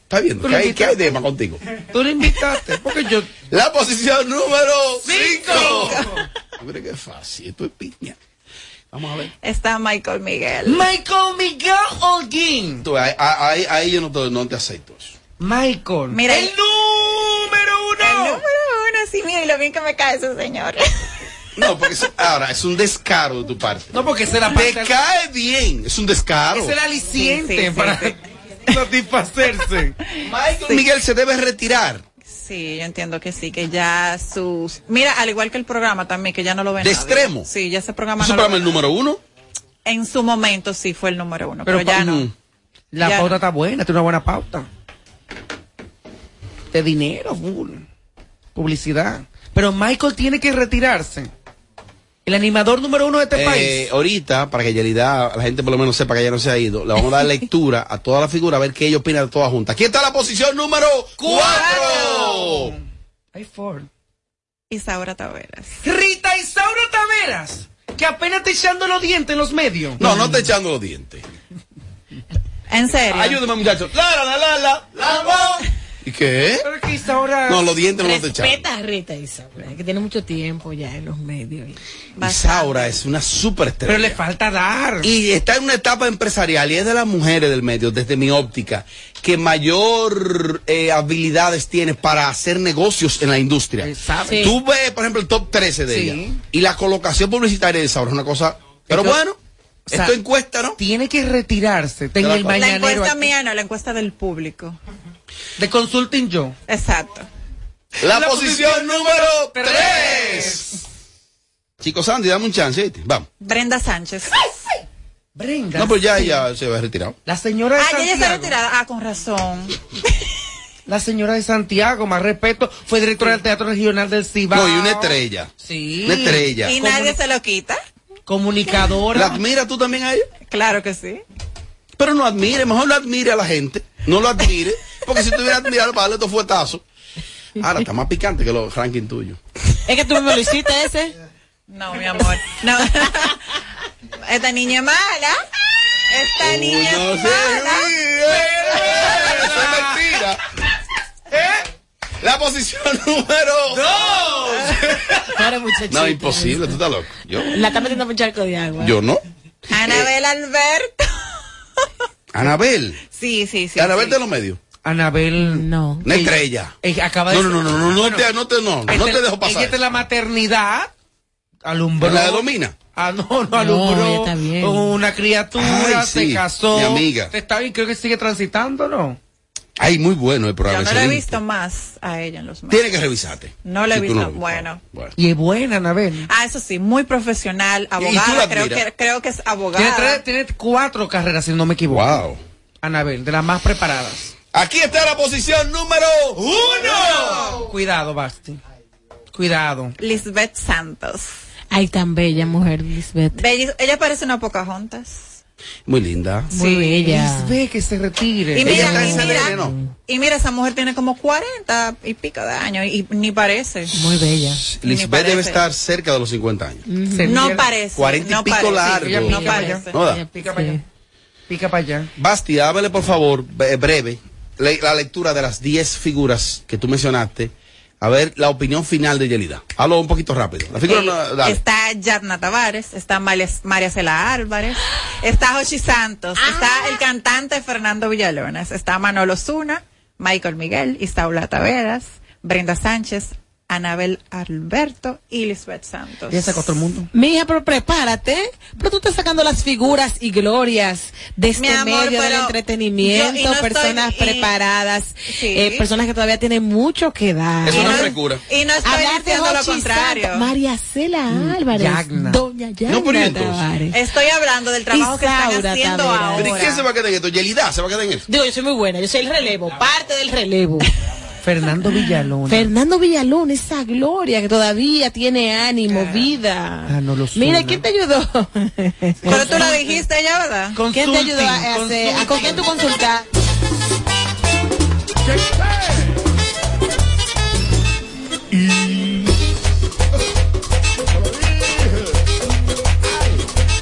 S2: Está viendo,
S4: Tú
S2: ¿qué
S4: lo
S2: hay, qué hay de más contigo?
S4: Tú lo invitaste. Porque yo.
S2: La posición número 5.
S4: Cinco.
S2: Hombre, qué fácil, esto es piña. Vamos a ver.
S3: Está Michael Miguel.
S4: Michael Miguel Holguín.
S2: Tú, ahí, ahí- ahí yo no te, no te acepto eso.
S4: Michael.
S3: Mira,
S4: el número uno.
S3: El número uno, sí, mira, y lo bien que me cae ese señor.
S2: No, porque es- ahora es un descaro de tu parte.
S4: No, porque se la
S2: Te cae bien, es un descaro.
S4: Es el aliciente para satisfacerse.
S2: Michael Miguel se debe retirar.
S3: Sí, yo entiendo que sí, que ya sus... Mira, al igual que el programa también, que ya no lo ven
S2: ¿De
S3: nadie.
S2: extremo?
S3: Sí, ya ese programa
S2: ¿Es
S3: no
S2: un
S3: lo
S2: programa el
S3: ve nadie.
S2: número uno?
S3: En su momento sí fue el número uno,
S4: Pero
S3: pero,
S4: pa-
S3: ya no.
S4: mm. La
S3: Ya.
S4: pauta está buena, tiene una buena pauta. De dinero, full. Publicidad. Pero Michael tiene que retirarse. El animador número uno de este
S2: Eh, ahorita, para que Yelida, la gente por lo menos sepa que ella no se ha ido, le vamos a dar lectura a toda la figura, a ver qué ella opina de todas juntas. Aquí está la posición número 4.
S4: país. Ford.
S3: Isaura Taveras.
S4: Rita Isaura Taveras, que apenas está echando los dientes en los medios.
S2: No, no está echando los dientes.
S3: ¿En serio?
S2: Ayúdame, muchachos. La, la, la, la, la, la, la. ¿Y qué?
S4: Pero que Isaura.
S2: No, los dientes no los te echaron.
S5: Respeta a Rita Isabel, que tiene mucho tiempo ya en los medios.
S2: Isaura es una superestrella.
S5: Pero le
S4: falta dar.
S2: Y está en una etapa empresarial y es de las mujeres del medio, desde mi óptica, que mayor eh, habilidades tiene para hacer negocios en la industria.
S4: Sí.
S2: Tú ves, por ejemplo, el top 13 de
S4: Sí.
S2: ella y la colocación publicitaria de Isaura es una cosa. Pero
S4: Esto-
S2: bueno,
S4: o sea,
S2: esto encuesta, ¿no?
S4: Tiene que retirarse. Tengo el
S3: la
S4: mañanero
S3: encuesta
S4: aquí.
S3: mía no, la encuesta del público.
S4: de Consulting Joe.
S3: Exacto.
S2: La, posición, número 3. Chicos, Sandy, dame un chance, ¿viste? Vamos.
S3: Brenda Sánchez.
S4: Brenda.
S2: No, pues ya, ya se va retirado.
S4: La señora de
S3: Ah, ya, ya está
S4: Santiago.
S3: retirada. Ah, con razón.
S4: La señora de Santiago, más respeto, fue directora del Teatro Regional del Cibao.
S2: No, y una estrella.
S4: Sí.
S2: Una estrella.
S3: Y nadie se lo quita.
S4: comunicadora.
S2: ¿La admira tú también a ella?
S3: Claro que sí.
S2: Pero no admire, mejor no admire a la gente. No lo admire, porque si tuviera admirado para darle dos fuetazos. Ahora está más picante que los rankings tuyos.
S5: Es que tú mismo lo hiciste ese.
S3: No, mi amor. No. Esta niña es mala. Esta niña es mala.
S2: mentira. La posición número
S5: Ahora, muchachita.
S2: No, imposible, tú estás loco. Yo,
S5: La está metiendo un charco de agua.
S2: yo eh, no.
S3: Anabel Alberto.
S2: Anabel.
S3: Sí, sí, sí.
S2: Anabel
S3: sí.
S2: de los medios.
S4: Anabel.
S5: No.
S2: Una estrella.
S4: Eh, acaba de
S2: No, no, no, no, no, no
S4: Bueno,
S2: te- no te- no, no
S4: esta-
S2: te dejo pasar
S4: Ella está en la maternidad. Alumbró.
S2: ¿En la de Domina?
S4: Ah, no, no, alumbró. una criatura,
S2: Ay,
S4: se
S2: sí,
S4: casó.
S2: mi amiga.
S4: Está bien, creo que sigue transitando, ¿no?
S2: Ay, muy bueno el
S3: Yo
S2: programa.
S3: no la he
S2: excelente.
S3: visto más a ella en los medios.
S2: Tienes que revisarte.
S3: No la he
S2: Si tú
S3: visto.
S2: no-
S3: bueno.
S4: Y es buena, Anabel.
S3: Ah, eso sí, muy profesional,
S4: tú
S3: abogada.
S4: la
S3: Creo
S4: admiras?
S3: que, creo que es
S4: Tiene,
S3: abogada.
S4: tres- tiene cuatro carreras, si no me equivoco.
S2: Wow.
S4: Anabel, de las más preparadas.
S2: Aquí está la posición número uno.
S4: Cuidado, Basti. Cuidado.
S3: Lisbeth Santos.
S5: Ay, tan bella mujer, Lisbeth.
S3: Bellis- ella parece una Pocahontas.
S2: Muy linda.
S5: Muy bella.
S4: Ve que se retire.
S3: Y mira, y
S2: CDN,
S3: mira, y mira, esa mujer tiene como 40 y pico de años y ni parece.
S5: Muy bella.
S2: Lisbeth
S3: parece.
S2: debe estar cerca de los 50 años.
S3: No parece.
S2: 40 y
S3: no
S2: pico
S3: parece.
S2: largo.
S3: Ella pica
S2: No
S3: para allá.
S2: parece. No da.
S4: Pica para allá. Pica para allá.
S2: Basti, háblale por favor, be- breve, le- la lectura de las 10 figuras que tú mencionaste. A ver, la opinión final de Yelida. Hablo un poquito rápido. La figura,
S3: Eh,
S2: no- dale.
S3: está Yarna Tavares, está Males- María Cela Álvarez, está Jochi Santos,
S5: Ah.
S3: está el cantante Fernando Villalones, está Manolo Zuna, Michael Miguel, Isaula Taveras, Brenda Sánchez, Anabel Alberto y Lisbeth Santos.
S4: el mundo.
S5: Mija, pero prepárate. Pero tú estás sacando las figuras y glorias de este
S3: Mi amor,
S5: medio del
S3: pero
S5: entretenimiento,
S3: yo- y no estoy-
S5: personas
S3: y-
S5: preparadas, eh, personas que todavía tienen mucho que dar.
S2: Es una frecura.
S3: Y no estoy
S5: Hablar de
S3: diciendo lo
S5: Hochi
S3: contrario.
S5: Santos, María Cela Álvarez.
S2: Mm, Yagna.
S5: Doña Yagna
S2: No, pero ¿y entonces?
S5: Tavares.
S3: Estoy hablando del trabajo que están
S5: Isaura
S3: haciendo
S5: Taveras.
S3: ahora.
S2: ¿Pero ¿y quién se va a quedar en esto? Yelida se va a quedar en eso.
S5: Digo, yo soy muy buena, yo soy el relevo, parte del relevo.
S4: Fernando Villalona.
S5: Fernando Villalón, esa gloria que todavía tiene ánimo, vida.
S4: Ah, no lo suena.
S5: Mira, ¿quién te ayudó?
S3: Pero tú lo dijiste ya, ¿verdad?
S5: ¿Quién te ayudó a a hacer? ¿A con quién tú consultaste?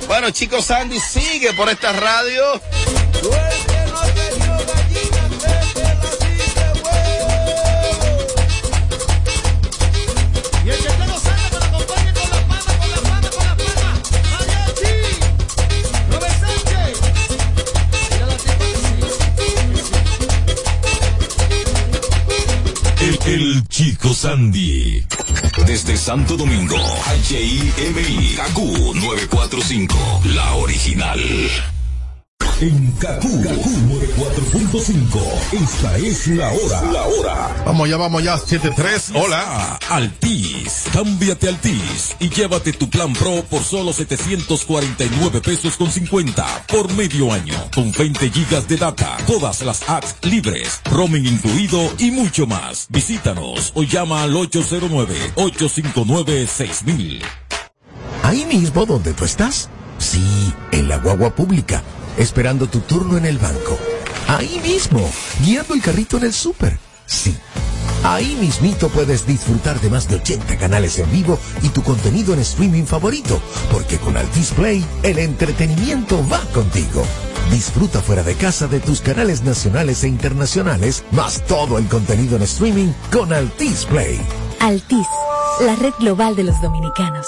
S2: Bueno, chicos, Sandy sigue por esta radio.
S13: Y el que esté gozando que lo acompañe con las palmas, con las palmas, con las palmas. Mariachi, Robert Sánchez. Mira la tipa
S10: El, el Chico Sandy. Desde Santo Domingo, HIMI, KQ 945, la original. En KQ, 945, esta es la hora. La hora.
S11: Vamos ya, vamos ya, 7-3,
S10: Hola. Altis. Cámbiate a Altis y llévate tu plan pro por solo 749 pesos con 50 por medio año. Con 20 gigas de data, todas las apps libres, roaming incluido y mucho más. Visítanos o llama al 809-859-6000.
S22: Ahí mismo donde tú estás. Sí, en la guagua pública, esperando tu turno en el banco. Ahí mismo, guiando el carrito en el súper. Sí. Ahí mismito puedes disfrutar de más de 80 canales en vivo y tu contenido en streaming favorito, porque con Altis Play el entretenimiento va contigo. Disfruta fuera de casa de tus canales nacionales e internacionales, más todo el contenido en streaming con Altis Play.
S23: Altis, la red global de los dominicanos.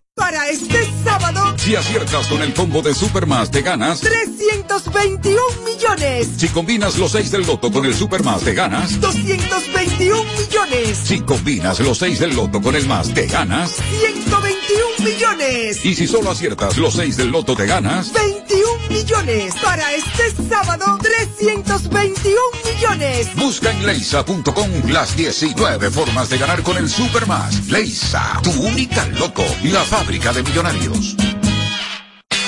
S24: Para este sábado,
S10: Si aciertas con el combo de Supermas, te ganas.
S24: 321 millones.
S10: Si combinas los 6 del loto con el Supermas, te ganas.
S24: 221 millones.
S10: Si combinas los 6 del loto con el más, te ganas.
S24: 121 millones.
S10: Y si solo aciertas los 6 del loto te ganas
S24: 21 millones. Para este sábado, 321 millones.
S10: Busca en leisa.com las 19 formas de ganar con el Supermas. Leisa, tu única loco, la fábrica de millonarios.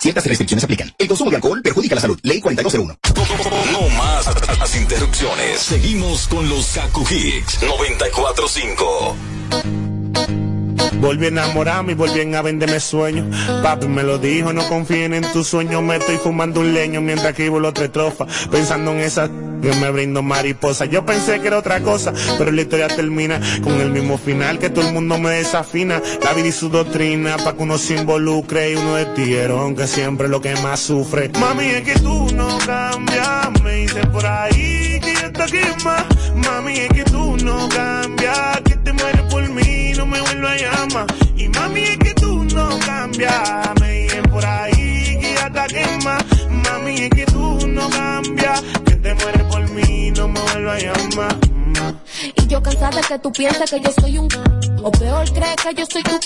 S25: Ciertas restricciones aplican. El consumo de alcohol perjudica la salud. Ley 4201.
S10: No más las interrupciones. Seguimos con los Kaku Hicks 945.
S26: Volví a enamorarme y volví a venderme sueños. Papi me lo dijo, no confíen en tus sueños. Me estoy fumando un leño mientras que la otra estrofa. Pensando en esa que me brindo mariposa. Yo pensé que era otra cosa, pero la historia termina con el mismo final que todo el mundo me desafina. La vida y su doctrina, pa' que uno se involucre y uno de tierón, que siempre es lo que más sufre. Mami, es que tú no cambias, me dice por ahí que yo te quema. Mami, es que tú no cambias, que te mueres por mí, no me vuelvas a llamar. Y mami, es que tú no cambias, me dicen por ahí que ya te quema. Mami, es que tú no cambias, que te mueres por mí, no me vuelvas a llamar.
S27: Y yo cansada que tú piensas que yo soy un o peor crees que yo soy tu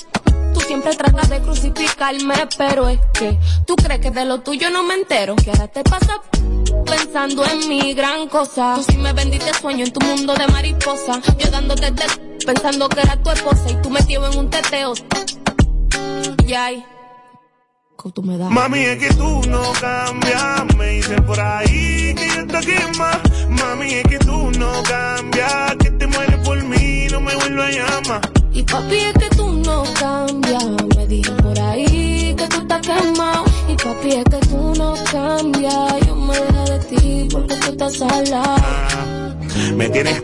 S27: Tú siempre tratas de crucificarme, pero es que tú crees que de lo tuyo no me entero. Que ahora te pasa pensando en mi gran cosa. Tú sí me vendiste sueño en tu mundo de mariposa. Yo dándote te pensando que era tu esposa y tú metido en un teteo. Y ay, que tú me das.
S26: Mami, es que tú no cambias, me dicen por ahí que yo te quema. Mami, es que tú no cambias, que te mueres por mí, no me vuelvas a llamar.
S27: Y papi, es que tú no cambias. Me dijo por ahí que tú estás quemado. Y papi, es que tú no cambias. Yo me dejé de ti porque tú estás sola.
S26: Me tienes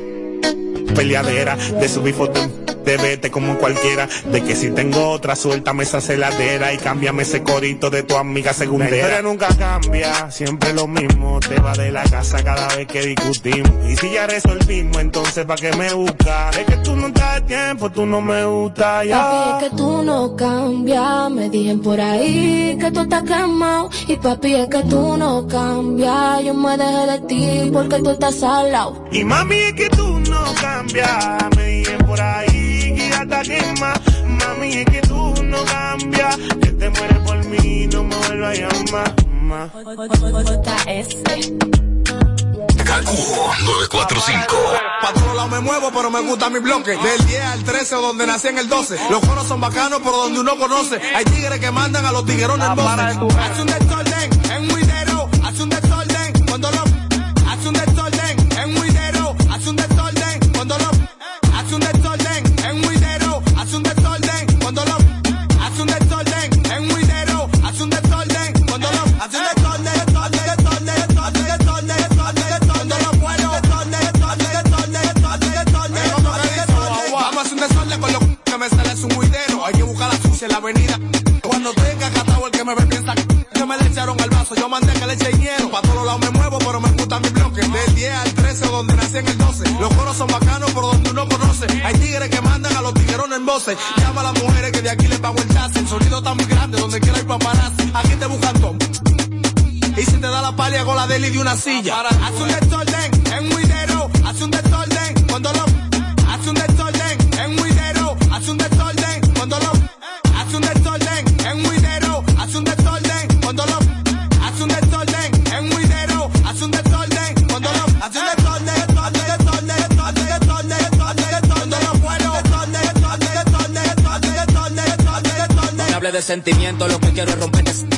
S26: peleadera de subir fotos de vete como cualquiera de que si tengo otra suéltame esa celadera y cámbiame ese corito de tu amiga La historia segundera nunca cambia, siempre lo mismo. Te va de la casa cada vez que discutimos. Y si ya resolvimos, entonces ¿para qué me buscas? Es que tú no estás de tiempo, tú no me gustas ya.
S27: Papi, es que tú no cambias. Me dijeron por ahí que tú estás quemado. Y papi, es que tú no cambias. Yo me dejé de ti porque tú estás al lado.
S26: Y mami, es que tú no cambias. Me dicen por ahí que ya te quema. Mami, es que tú no cambias. Que te mueres por mí, no me vuelvas a llamar. ma.
S10: Kaku 945.
S28: Pa' todos lados me muevo, pero me gusta mi bloque. Del 10 al 13 o donde nací en el 12. Los coros son bacanos, pero donde uno conoce. Hay tigres que mandan a los tiguerones en 12. Hace un desorden en un video. Hace un desorden cuando lo. Hace un desorden en un video. Hace un desorden cuando lo. Hace un desorden en un video. Hace un desorden cuando lo. Hace un desorden en un video. Hace un desorden cuando lo. Hace un desorden, desorden, desorden, desorden, desorden, desorden, desorden, no puedo. Desorden, desorden, desorden, desorden, desorden, desorden, desorden. eh. Vamos a hacer un desorden con lo que me sale es un huidero. Hay que buscar la sucia en la avenida. Cuando estoy encajatado, el que me ve piensa que me le echaron al vaso. Yo mandé que le eche hielo. Pa' todos lados me muevo, pero me gusta mi bloque. Del 10 al 13, donde nací en el 12. Los coros son bacanos, por donde uno conoce. Hay tigres que mandan a los tiguerones en voces. Llama a las mujeres que de aquí les va a vueltas. El sonido está muy grande, donde quiera hay paparazzi. Aquí te buscan todo. Y si te da la palia con la deli de una silla. Haz un desorden en un video. Haz un desorden cuando lo. Haz un desorden en un video. Haz un desorden cuando lo. Haz un desorden en un video. Haz un desorden cuando lo. Haz un desorden en un video. Haz un desorden cuando lo. Haz un desorden, desorden, desorden, desorden, desorden, desorden, desorden, no puedo. Desorden, desorden, desorden, desorden, desorden, desorden, desorden.
S29: No me hable de sentimientos, lo que quiero es romper este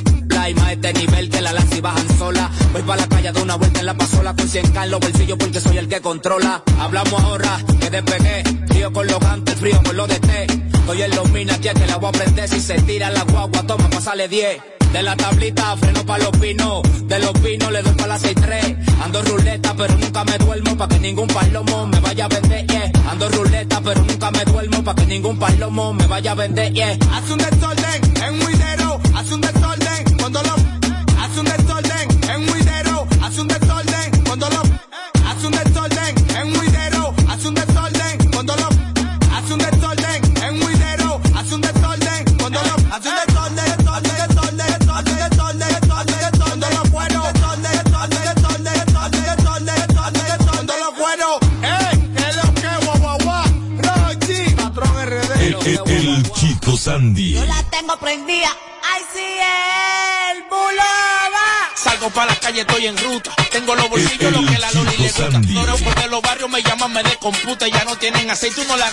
S29: y más este nivel que la las y bajan sola. Voy para la calle de una vuelta en la pasola con 100 carlos bolsillo porque soy el que controla. Hablamos ahora que despegué, frío con los gantes, frío con los de té. Estoy en los minas, aquí es que la voy a prender. Si se tira la guagua, toma, pasale 10. De la tablita freno pa' los pinos, de los pinos le doy pa' las 6-3. Ando ruleta, pero nunca me duermo pa' que ningún palomo me vaya a vender, yeah. Ando ruleta, pero nunca me duermo pa' que ningún palomo me vaya a vender, yeah.
S28: Haz un desorden en un video, haz un desorden cuando lo haz un desorden en un
S14: Eh,
S10: Chico Sandy.
S13: Yo la tengo prendida. Ay, sí, el buloba.
S29: Salgo para la calle, estoy en ruta. Tengo los bolsillos, lo que la loli le gusta. No porque los barrios me llaman, me descomputa. Ya no tienen aceite, uno la.